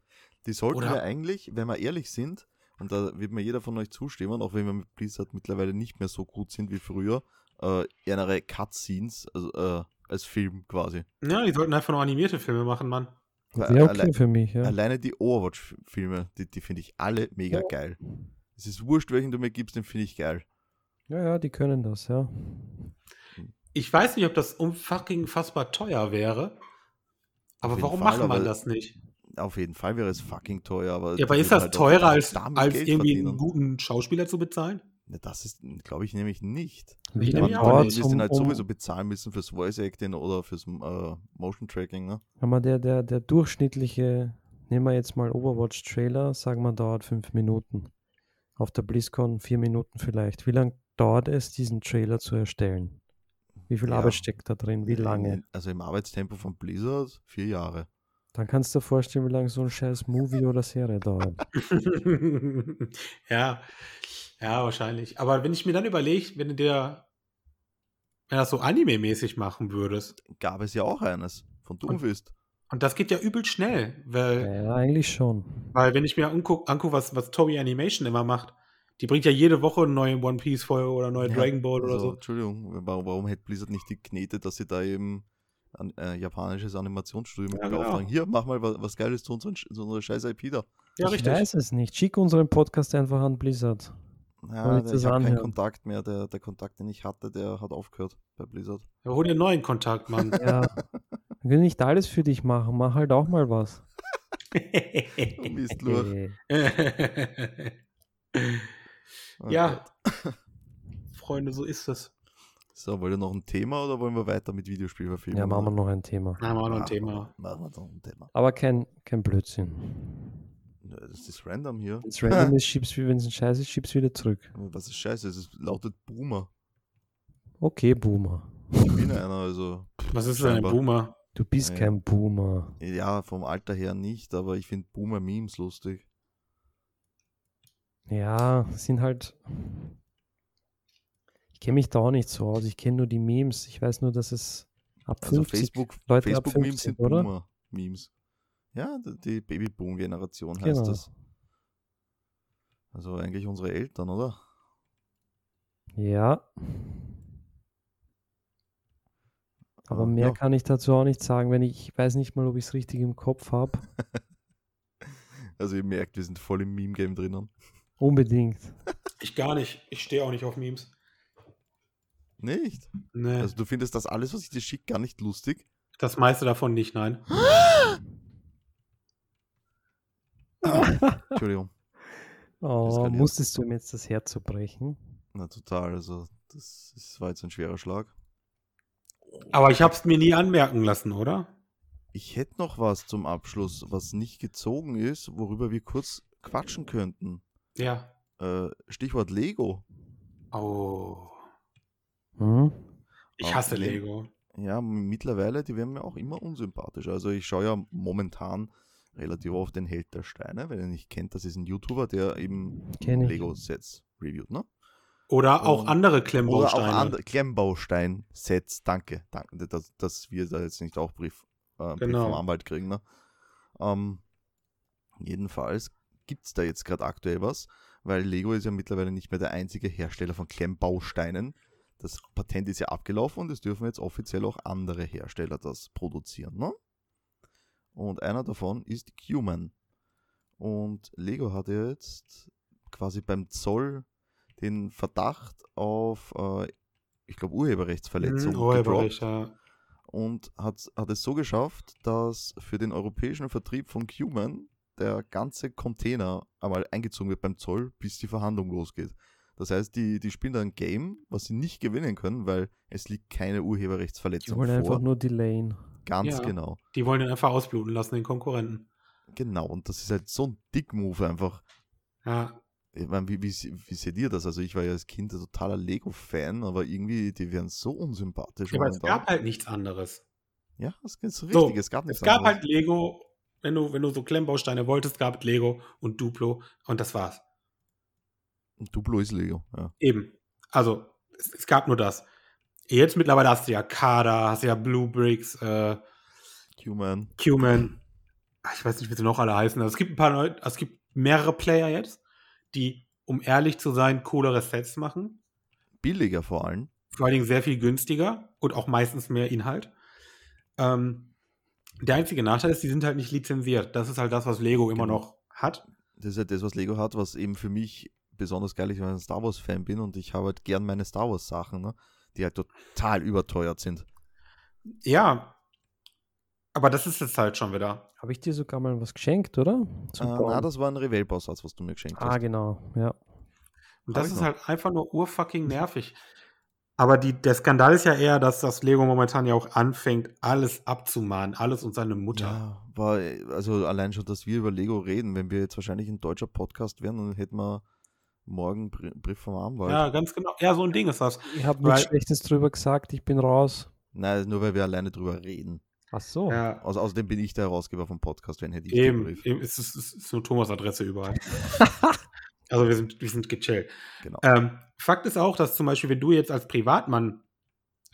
Speaker 1: Die sollten
Speaker 3: Oder-
Speaker 1: wir eigentlich, wenn wir ehrlich sind, und da wird mir jeder von euch zustimmen, auch wenn wir mit Blizzard mittlerweile nicht mehr so gut sind wie früher, äh, eher Cutscenes also, äh, als Film quasi.
Speaker 3: ja, die sollten einfach nur animierte Filme machen, Mann.
Speaker 1: Weil
Speaker 2: Wäre
Speaker 1: alle-
Speaker 2: okay für mich, ja.
Speaker 1: Alleine die Overwatch-Filme, die, die finde ich alle mega
Speaker 2: Ja.
Speaker 1: geil. Es ist wurscht, welchen du mir gibst, den finde ich geil.
Speaker 2: Ja, ja, die können das, ja.
Speaker 3: Ich weiß nicht, ob das unfassbar teuer wäre,
Speaker 1: Auf
Speaker 3: aber
Speaker 1: jeden
Speaker 3: warum
Speaker 1: Fall,
Speaker 3: macht man
Speaker 1: aber-
Speaker 3: das nicht?
Speaker 1: Auf jeden Fall wäre es fucking teuer, aber.
Speaker 3: Ja, aber
Speaker 1: die würden
Speaker 3: ist das
Speaker 1: halt auch
Speaker 3: teurer als,
Speaker 1: damit
Speaker 3: als
Speaker 1: Geld
Speaker 3: irgendwie einen
Speaker 1: verdienen.
Speaker 3: guten Schauspieler zu bezahlen?
Speaker 1: Na, das ist, glaube ich, nämlich nicht.
Speaker 3: Ich
Speaker 1: Man
Speaker 3: nehme auch
Speaker 1: man
Speaker 3: nicht.
Speaker 1: hätte es den halt
Speaker 2: um-
Speaker 1: sowieso bezahlen müssen fürs Voice Acting oder fürs äh, Motion Tracking, ne?
Speaker 2: Wenn man der, der, der durchschnittliche, nehmen wir jetzt mal Overwatch-Trailer, sagen wir, dauert fünf Minuten. Auf der BlizzCon vier Minuten vielleicht. Wie lange dauert es, diesen Trailer zu erstellen? Wie viel
Speaker 1: Ja.
Speaker 2: Arbeit steckt da drin? Wie lange?
Speaker 1: In- Also im Arbeitstempo von Blizzard vier Jahre.
Speaker 2: Dann kannst du dir vorstellen, wie lange so ein scheiß Movie oder Serie dauert.
Speaker 3: ja, ja, wahrscheinlich. Aber wenn ich mir dann überlege, wenn du dir wenn du das so anime-mäßig machen würdest,
Speaker 1: Gab es ja auch eines von Doomfist.
Speaker 3: und das geht ja übel schnell, weil,
Speaker 2: Ja, eigentlich schon.
Speaker 3: weil wenn ich mir angucke, anguck, was, was Toei Animation immer macht, die bringt ja jede Woche eine neue One Piece-Folge oder eine neue
Speaker 1: Ja,
Speaker 3: Dragon Ball oder
Speaker 1: Also,
Speaker 3: so.
Speaker 1: Entschuldigung, warum, warum hätte Blizzard nicht die Knete, dass sie da eben ein äh, japanisches Animationsstudio mit
Speaker 3: Ja, genau.
Speaker 1: beauftragen? Hier, mach mal was, was Geiles zu, unseren, Sch- zu unserer scheiß IP da.
Speaker 3: Ja,
Speaker 2: ich
Speaker 3: richtig.
Speaker 2: weiß es nicht. Schick unseren Podcast einfach an Blizzard. Kann
Speaker 1: Ja,
Speaker 2: ich
Speaker 1: der,
Speaker 2: das
Speaker 1: ich habe keinen
Speaker 2: anhören?
Speaker 1: Kontakt mehr. Der, der Kontakt, den ich hatte, der hat aufgehört bei Blizzard.
Speaker 3: Ja, hol dir einen neuen Kontakt, Mann.
Speaker 2: Ja. Wir können nicht alles für dich machen. Mach halt auch mal was. Äh,
Speaker 1: Du bist durch. Oh
Speaker 3: ja.
Speaker 1: Gott.
Speaker 3: Freunde, so ist es.
Speaker 1: So, wollt ihr noch ein Thema oder wollen wir weiter mit Videospielverfilmung?
Speaker 2: Ja, machen wir noch ein Thema.
Speaker 3: Da haben wir auch noch
Speaker 1: Ah,
Speaker 3: ein Thema.
Speaker 1: Machen wir noch ein Thema.
Speaker 2: Aber kein, kein Blödsinn.
Speaker 1: Nö, Das ist random hier.
Speaker 2: Wenn es random ist, schieb's, wie- wenn's ein Scheiß ist, schieb's wieder zurück.
Speaker 1: Was ist scheiße? Es ist, lautet Boomer.
Speaker 2: Okay, Boomer.
Speaker 1: Ich bin einer, also.
Speaker 3: Was ist denn ein
Speaker 1: Scheinbar.
Speaker 3: Boomer?
Speaker 2: Du bist
Speaker 1: Ja.
Speaker 2: kein Boomer.
Speaker 1: Ja, vom Alter her nicht, aber ich finde Boomer-Memes lustig.
Speaker 2: Ja, sind halt. Ich kenne mich da auch nicht so aus. Ich kenne nur die Memes. Ich weiß nur, dass es ab
Speaker 1: Also
Speaker 2: 50
Speaker 1: Facebook-
Speaker 2: Leute ab
Speaker 1: Facebook-Memes
Speaker 2: 50,
Speaker 1: sind
Speaker 2: oder?
Speaker 1: Boomer-Memes. Ja, d- die Babyboom-Generation heißt
Speaker 2: Genau.
Speaker 1: das. Also eigentlich unsere Eltern, oder?
Speaker 2: Ja. Aber
Speaker 1: Ah,
Speaker 2: mehr
Speaker 1: ja.
Speaker 2: kann ich dazu auch nicht sagen, wenn ich, ich weiß nicht mal, ob ich es richtig im Kopf habe.
Speaker 1: Also ihr merkt, wir sind voll im Meme-Game drinnen.
Speaker 2: Unbedingt.
Speaker 3: Ich gar nicht. Ich stehe auch nicht auf Memes.
Speaker 1: Nicht?
Speaker 3: Nee,
Speaker 1: Also du findest das alles, was ich dir schicke, gar nicht lustig?
Speaker 3: das meiste davon nicht, nein.
Speaker 1: Entschuldigung.
Speaker 2: Oh,
Speaker 1: Eskaliert.
Speaker 2: musstest du ihm jetzt das Herz zerbrechen?
Speaker 1: Na total, also das, ist- war jetzt ein schwerer Schlag.
Speaker 3: Aber ich habe es mir nie anmerken lassen, oder?
Speaker 1: Ich hätte noch was zum Abschluss, was nicht gezogen ist, worüber wir kurz quatschen könnten.
Speaker 3: Ja.
Speaker 1: Äh, Stichwort Lego.
Speaker 3: Oh.
Speaker 2: Hm?
Speaker 3: Ich
Speaker 1: Auch
Speaker 3: hasse
Speaker 1: nee.
Speaker 3: Lego.
Speaker 1: Ja, mittlerweile, die werden mir auch immer unsympathisch. Also ich schaue ja momentan relativ oft den Held der Steine. Wenn ihr nicht kennt, das ist ein YouTuber, der eben
Speaker 2: Kenn ich.
Speaker 1: Lego-Sets reviewt, ne?
Speaker 3: Oder auch
Speaker 1: Und-
Speaker 3: andere
Speaker 1: Oder auch
Speaker 3: Klemmbausteine.
Speaker 1: andere Klemmbaustein-Sets, danke, danke, dass, dass wir da jetzt nicht auch Brief, äh, Brief
Speaker 3: Genau.
Speaker 1: vom Anwalt kriegen. Ne? Ähm, jedenfalls gibt es da jetzt gerade aktuell was, weil Lego ist ja mittlerweile nicht mehr der einzige Hersteller von Klemmbausteinen. Das Patent ist ja abgelaufen und es dürfen jetzt offiziell auch andere Hersteller das produzieren. Ne? Und einer davon ist Human. Und Lego hat jetzt quasi beim Zoll den Verdacht auf, äh, ich glaube, Urheberrechtsverletzung
Speaker 3: Mhm,
Speaker 1: gedroppt
Speaker 3: Urheberrecht, ja.
Speaker 1: und hat, hat es so geschafft, dass für den europäischen Vertrieb von Cuman der ganze Container einmal eingezogen wird beim Zoll, bis die Verhandlung losgeht. Das heißt, die, die spielen da ein Game, was sie nicht gewinnen können, weil es liegt keine
Speaker 2: Die
Speaker 1: Urheberrechtsverletzung
Speaker 2: wollen
Speaker 1: vor.
Speaker 2: einfach nur delayen.
Speaker 1: Ganz
Speaker 3: Ja.
Speaker 1: genau.
Speaker 3: Die wollen den einfach ausbluten lassen, den Konkurrenten.
Speaker 1: Genau, und das ist halt so ein Dickmove einfach.
Speaker 3: Ja,
Speaker 1: Ich meine, wie, wie, se- wie seht ihr das? Also ich war ja als Kind ein totaler Lego-Fan, aber irgendwie, die werden so unsympathisch.
Speaker 3: aber es
Speaker 1: momentan.
Speaker 3: gab halt nichts anderes.
Speaker 1: ja, es ist richtig,
Speaker 3: So,
Speaker 1: es gab nichts
Speaker 3: Es gab
Speaker 1: anderes.
Speaker 3: halt Lego, wenn du, wenn du so Klemmbausteine wolltest, gab es Lego und Duplo und das war's.
Speaker 1: Duplo ist Lego, ja.
Speaker 3: Eben. Also, es, es gab nur das. Jetzt mittlerweile hast du ja Kader, hast du ja Blue Bricks, äh,
Speaker 1: Human.
Speaker 3: Q-Man. Ach, Ich weiß nicht, wie sie noch alle heißen. Also, es gibt ein paar Leute, es gibt mehrere Player jetzt, die, um ehrlich zu sein, coolere Sets machen.
Speaker 1: Billiger vor allem.
Speaker 3: vor allen Dingen sehr viel günstiger und auch meistens mehr Inhalt. Ähm, der einzige Nachteil ist, die sind halt nicht lizenziert. Das ist halt das, was Lego immer
Speaker 1: Genau.
Speaker 3: noch hat.
Speaker 1: Das ist halt das, was Lego hat, was eben für mich besonders geil ist, weil ich ein Star Wars-Fan bin und ich habe halt gern meine Star Wars-Sachen, ne? die halt total überteuert sind.
Speaker 3: Ja. Aber das ist es halt schon wieder.
Speaker 2: Habe ich dir sogar mal was geschenkt, oder?
Speaker 1: Äh,
Speaker 2: Zum
Speaker 1: na,
Speaker 2: Bauen.
Speaker 1: das war ein Revell-Bausatz, was du mir geschenkt
Speaker 2: ah,
Speaker 1: hast.
Speaker 2: genau. Ja.
Speaker 3: Und
Speaker 1: Hab
Speaker 3: das
Speaker 1: ich
Speaker 3: ist
Speaker 1: noch.
Speaker 3: halt einfach nur urfucking nervig. Aber die, der Skandal ist ja eher, dass das Lego momentan ja auch anfängt, alles abzumahnen, alles und seine Mutter.
Speaker 1: Ja, war, also allein schon, dass wir über Lego reden, wenn wir jetzt wahrscheinlich ein deutscher Podcast wären, dann hätten wir morgen Br- Brief vom
Speaker 3: Ja,
Speaker 1: Anwalt.
Speaker 3: ganz genau. Ja, so ein Ding ist das.
Speaker 2: Ich habe
Speaker 3: Weil-
Speaker 2: nichts Schlechtes drüber gesagt, ich bin raus.
Speaker 1: Nein, nur weil wir alleine drüber reden.
Speaker 2: Ach so.
Speaker 3: Ja,
Speaker 1: Au- außerdem bin ich der Herausgeber vom Podcast, wenn hätte ich den
Speaker 3: Oh, eben,
Speaker 1: Brief.
Speaker 3: eben. Es ist, es ist nur Thomas' Adresse überall. also wir sind, wir sind gechillt.
Speaker 1: Genau.
Speaker 3: Ähm, Fakt ist auch, dass zum Beispiel, wenn du jetzt als Privatmann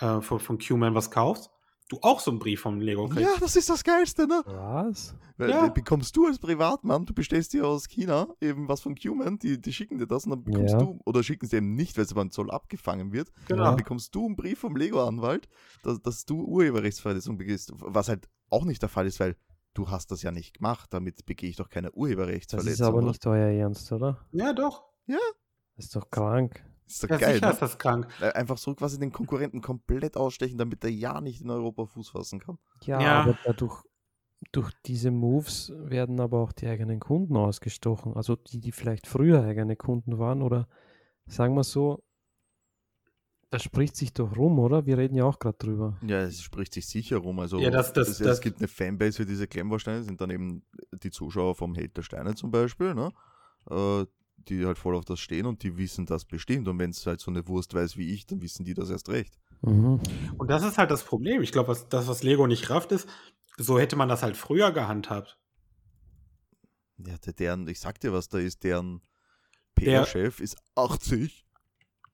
Speaker 3: äh, von, von Q-Man was kaufst, du auch so einen Brief vom Lego kriegst.
Speaker 1: Ja, das ist das Geilste, ne?
Speaker 2: Was?
Speaker 1: Weil,
Speaker 3: Ja.
Speaker 1: den bekommst du als Privatmann, du bestellst dir aus China eben was von Cuman, die, die schicken dir das und dann bekommst
Speaker 2: Ja.
Speaker 1: du, oder schicken sie eben nicht, weil es beim Zoll abgefangen wird,
Speaker 3: Genau.
Speaker 1: dann bekommst du einen Brief vom Lego-Anwalt, dass, dass du Urheberrechtsverletzung begehst, was halt auch nicht der Fall ist, weil du hast das ja nicht gemacht, damit begehe ich doch keine
Speaker 2: Das
Speaker 1: Urheberrechtsverletzung.
Speaker 2: ist aber
Speaker 1: oder?
Speaker 2: nicht euer Ernst, oder?
Speaker 3: Ja, doch.
Speaker 2: Das ist doch krank.
Speaker 1: Ist doch
Speaker 3: Ja,
Speaker 1: geil,
Speaker 3: sicher
Speaker 1: ne?
Speaker 3: ist das krank.
Speaker 1: Einfach so quasi den Konkurrenten komplett ausstechen, damit er ja nicht in Europa Fuß fassen kann.
Speaker 2: Ja,
Speaker 3: Ja.
Speaker 2: aber dadurch, durch diese Moves werden aber auch die eigenen Kunden ausgestochen. Also die, die vielleicht früher eigene Kunden waren oder sagen wir so, das spricht sich doch rum, oder? Wir reden ja auch gerade drüber.
Speaker 1: Ja, es spricht sich sicher rum. Also
Speaker 3: Ja, das- das-
Speaker 1: es,
Speaker 3: das-
Speaker 1: es gibt eine Fanbase für diese Klemmbausteine, sind dann eben die Zuschauer vom Held der Steine zum Beispiel, ne? äh, die halt voll auf das stehen und die wissen das bestimmt. Und wenn es halt so eine Wurst weiß wie ich, dann wissen die das erst recht.
Speaker 2: Mhm.
Speaker 3: Und das ist halt das Problem. Ich glaube, was, das, was Lego nicht rafft, ist, so hätte man das halt früher gehandhabt.
Speaker 1: Ja, der, deren, ich sag dir was, da ist deren PR-Chef ist 80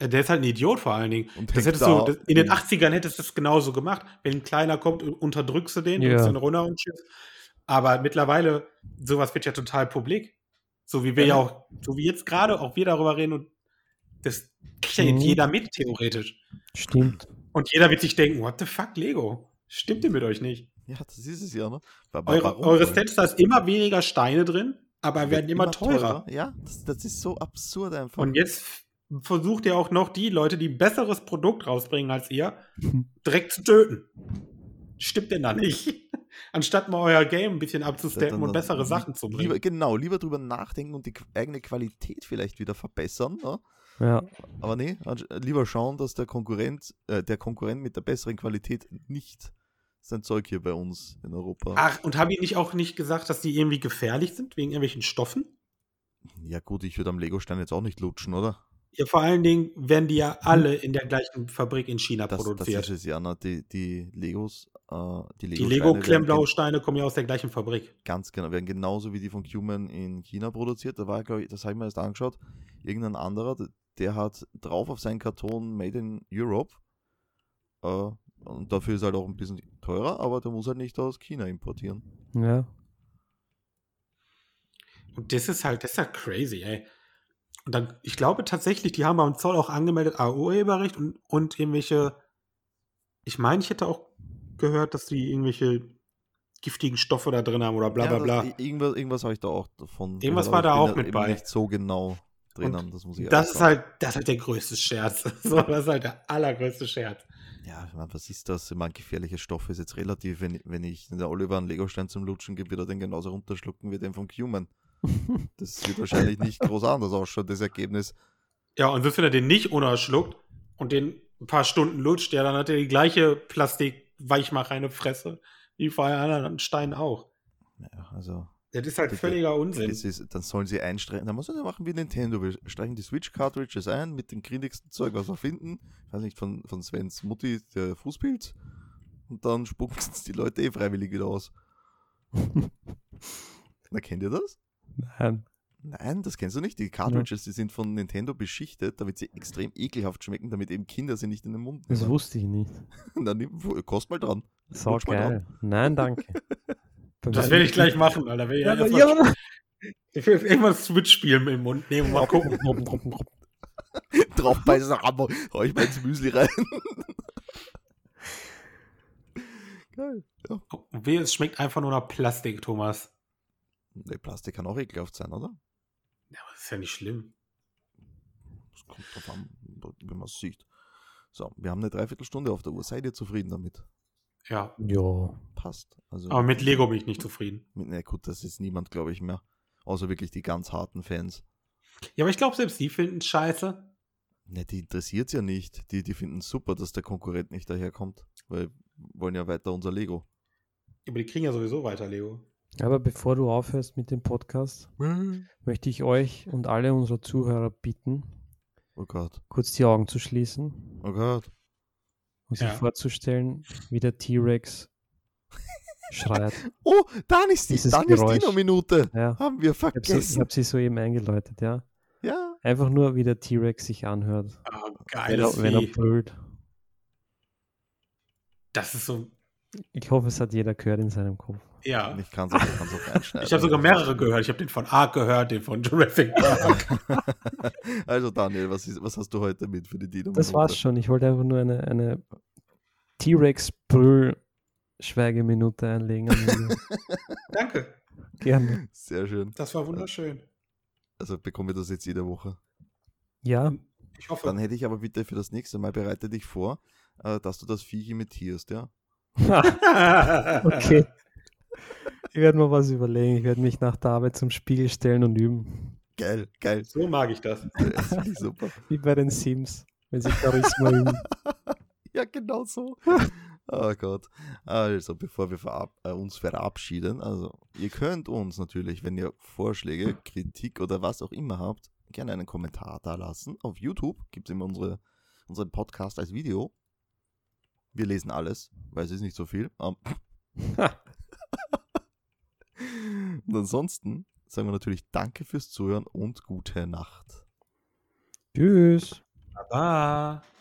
Speaker 3: Äh, Der ist halt ein Idiot vor allen Dingen.
Speaker 1: und
Speaker 3: Das
Speaker 1: hängt
Speaker 3: hättest
Speaker 1: da
Speaker 3: du, das, in den 80ern hättest du das genauso gemacht. Wenn ein Kleiner kommt, unterdrückst du den,
Speaker 2: Ja.
Speaker 3: drückst den runter und tschüss. Aber mittlerweile, sowas wird ja total publik. So wie wir ja auch, so wie jetzt gerade auch wir darüber reden und das kriegt ja
Speaker 2: Mhm.
Speaker 3: jetzt jeder mit, theoretisch.
Speaker 2: Stimmt.
Speaker 3: Und jeder wird sich denken, what the fuck, Lego? Stimmt ihr mit euch nicht?
Speaker 1: Ja, das ist es ja, ne? Wa- wa-
Speaker 3: Eure,
Speaker 1: warum
Speaker 3: eure
Speaker 1: soll-
Speaker 3: Sets, da ist immer weniger Steine drin, aber
Speaker 1: wird
Speaker 3: werden immer, teurer.
Speaker 1: Ja, das, das ist so absurd einfach.
Speaker 3: Und jetzt f- versucht ihr auch noch die Leute, die ein besseres Produkt rausbringen als ihr,
Speaker 1: Mhm.
Speaker 3: direkt zu töten. Stimmt denn da nicht? Anstatt mal euer Game ein bisschen abzusteppen
Speaker 1: Dann-
Speaker 3: und
Speaker 1: dann-
Speaker 3: bessere
Speaker 1: lie-
Speaker 3: Sachen zu
Speaker 1: Lieber,
Speaker 3: bringen.
Speaker 1: genau, lieber drüber nachdenken und die qu- eigene Qualität vielleicht wieder verbessern. Ne?
Speaker 2: Ja.
Speaker 1: Aber nee, anst- lieber schauen, dass der Konkurrent, äh, der Konkurrent mit der besseren Qualität nicht sein Zeug hier bei uns in Europa.
Speaker 3: Ach, und habe ich nicht auch nicht gesagt, dass die irgendwie gefährlich sind wegen irgendwelchen Stoffen?
Speaker 1: Ja gut, ich würde am Legostein jetzt auch nicht lutschen, oder?
Speaker 3: Ja, vor allen Dingen werden die ja alle in der gleichen Fabrik in China
Speaker 1: Hm. Das, das
Speaker 3: produziert.
Speaker 1: ist es ja, ne? die, die Legos Äh, die
Speaker 3: Die
Speaker 1: Lego,
Speaker 3: lego
Speaker 1: werden,
Speaker 3: Steine kommen ja aus der gleichen Fabrik.
Speaker 1: ganz genau, werden genauso wie die von Cuman in China produziert. Da war, glaube ich, das habe ich mir erst angeschaut, irgendein anderer, d- der hat drauf auf seinen Karton Made in Europe. Äh, und dafür ist halt auch ein bisschen teurer, aber der muss halt nicht aus China importieren.
Speaker 2: Ja.
Speaker 3: Und das ist halt, das ist halt crazy, ey. Und dann, ich glaube tatsächlich, die haben beim Zoll auch angemeldet, ah, Urheberrecht und, und irgendwelche, ich meine, ich hätte auch gehört, dass die irgendwelche giftigen Stoffe da drin haben oder bla bla
Speaker 1: Ja,
Speaker 3: bla.
Speaker 1: das- i- Irgendwas, irgendwas habe ich da auch davon.
Speaker 3: Irgendwas
Speaker 1: gehört,
Speaker 3: war
Speaker 1: aber
Speaker 3: da
Speaker 1: ich bin
Speaker 3: auch
Speaker 1: da
Speaker 3: mit
Speaker 1: eben
Speaker 3: bei.
Speaker 1: Nicht so genau drin
Speaker 3: Und
Speaker 1: haben, das muss ich
Speaker 3: das
Speaker 1: ehrlich
Speaker 3: ist
Speaker 1: sagen.
Speaker 3: halt, das ist halt der größte Scherz. So, das ist halt der allergrößte Scherz.
Speaker 1: Ja, ich meine, was ist das? Ich meine, gefährliche Stoffe ist jetzt relativ. Wenn, wenn ich der Oliver einen Legostein zum Lutschen gebe, wird er den genauso runterschlucken wie den vom Cuman. Das wird wahrscheinlich nicht groß anders ausschauen, das Ergebnis.
Speaker 3: Ja, und wirst, wenn er den nicht unerschluckt und den ein paar Stunden lutscht, ja, dann hat er die gleiche Plastik-weichmachreine Fresse wie vor allen anderen Steinen auch.
Speaker 1: Ja, also,
Speaker 3: Das ist halt
Speaker 1: Bitte.
Speaker 3: völliger Unsinn.
Speaker 1: es ist, dann sollen sie einstreichen. Dann muss man ja machen wie Nintendo. Wir streichen die Switch-Cartridges ein mit dem grindigsten Zeug, was wir finden. Ich weiß nicht, von, von Svens Mutti, der Fußpilz. Und dann spucken es die Leute eh freiwillig wieder aus. Na, kennt ihr das?
Speaker 2: Nein.
Speaker 1: Nein, das kennst du nicht. Die Cartridges, die sind von Nintendo beschichtet, damit sie extrem ekelhaft schmecken, damit eben Kinder sie nicht in den Mund
Speaker 2: Das
Speaker 1: nehmen.
Speaker 2: wusste ich nicht.
Speaker 1: Dann nimm, kost mal dran.
Speaker 2: Sau
Speaker 1: Lutsch mal
Speaker 2: geil. Nein, danke.
Speaker 3: Das werde ich gleich machen, Alter. Will ich
Speaker 2: Ja,
Speaker 3: ja,
Speaker 2: aber
Speaker 3: erstmal-
Speaker 2: ja.
Speaker 3: Ich will irgendwann Switch spielen im Mund nehmen und mal gucken.
Speaker 1: Draufbeißen, aber hau ich mal ins Müsli rein. Geil.
Speaker 3: Oh, Weh, es schmeckt einfach nur nach Plastik, Thomas.
Speaker 1: Nee, Plastik kann auch ekelhaft sein, oder?
Speaker 3: Ja, aber das ist ja nicht schlimm.
Speaker 1: Das kommt drauf an, wenn man es sieht. So, wir haben eine Dreiviertelstunde auf der Uhr. Seid ihr zufrieden damit?
Speaker 3: Ja.
Speaker 2: Ja.
Speaker 1: Passt. Also,
Speaker 3: Aber mit Lego bin ich nicht zufrieden.
Speaker 1: mit, na gut, das ist niemand, glaube ich, mehr. Außer wirklich die ganz harten Fans.
Speaker 3: Ja, aber ich glaube, selbst die finden es scheiße.
Speaker 1: Ne, die interessiert ja nicht. Die, die finden super, dass der Konkurrent nicht daherkommt. Weil wir wollen ja weiter unser Lego.
Speaker 3: Aber die kriegen ja sowieso weiter Lego.
Speaker 2: Aber bevor du aufhörst mit dem Podcast, möchte ich euch und alle unsere Zuhörer bitten,
Speaker 1: Oh Gott,
Speaker 2: kurz die Augen zu schließen
Speaker 1: oh Gott.
Speaker 2: und sich
Speaker 3: Ja.
Speaker 2: vorzustellen, wie der T-Rex schreit.
Speaker 1: Oh, dann ist die,
Speaker 2: Dieses
Speaker 1: dann
Speaker 2: Geräusch.
Speaker 1: ist die Minute.
Speaker 2: Ja.
Speaker 1: Haben wir
Speaker 2: Ich habe sie, ich
Speaker 1: vergessen.
Speaker 2: hab sie soeben eingeläutet, ja.
Speaker 1: Ja.
Speaker 2: Einfach nur, wie der T-Rex sich anhört.
Speaker 3: Ah,
Speaker 2: Wenn er,
Speaker 3: geiles
Speaker 2: wenn er
Speaker 3: Vieh.
Speaker 2: brüllt.
Speaker 3: Das ist so.
Speaker 2: Ich hoffe, es hat jeder gehört in seinem Kopf.
Speaker 3: Ja.
Speaker 1: Ich kann es auch, ich kann's auch einschneiden.
Speaker 3: Ich habe sogar mehrere gehört. Ich habe den von Ark gehört, den von Jurassic Park.
Speaker 1: Also Daniel, was, ist, was hast du heute mit für die Dino-Minute?
Speaker 2: Das war's schon. Ich wollte einfach nur eine, eine T-Rex-Brüll-Schweigeminute einlegen. am Ende.
Speaker 3: Danke.
Speaker 2: Gerne.
Speaker 1: Sehr schön.
Speaker 3: Das war wunderschön.
Speaker 1: Also bekommen wir das jetzt jede Woche.
Speaker 2: Ja,
Speaker 3: Ich hoffe.
Speaker 1: Dann hätte ich aber bitte für das nächste Mal, bereite dich vor, äh, dass du das Viech imitierst, ja?
Speaker 2: okay. Ich werde mir was überlegen. Ich werde mich nach der Arbeit zum Spiegel stellen und üben.
Speaker 1: Geil, geil.
Speaker 3: So mag ich das.
Speaker 1: Das finde ich super.
Speaker 2: Wie bei den Sims, wenn sie Charisma üben.
Speaker 1: Ja, genau so. Oh Gott. Also, bevor wir verab äh, uns verabschieden, also ihr könnt uns natürlich, wenn ihr Vorschläge, Kritik oder was auch immer habt, gerne einen Kommentar da lassen. Auf YouTube gibt es immer unsere, unseren Podcast als Video. Wir lesen alles, weil es ist nicht so viel. Ähm. und ansonsten sagen wir natürlich Danke fürs Zuhören und gute Nacht.
Speaker 2: Tschüss.
Speaker 3: Baba.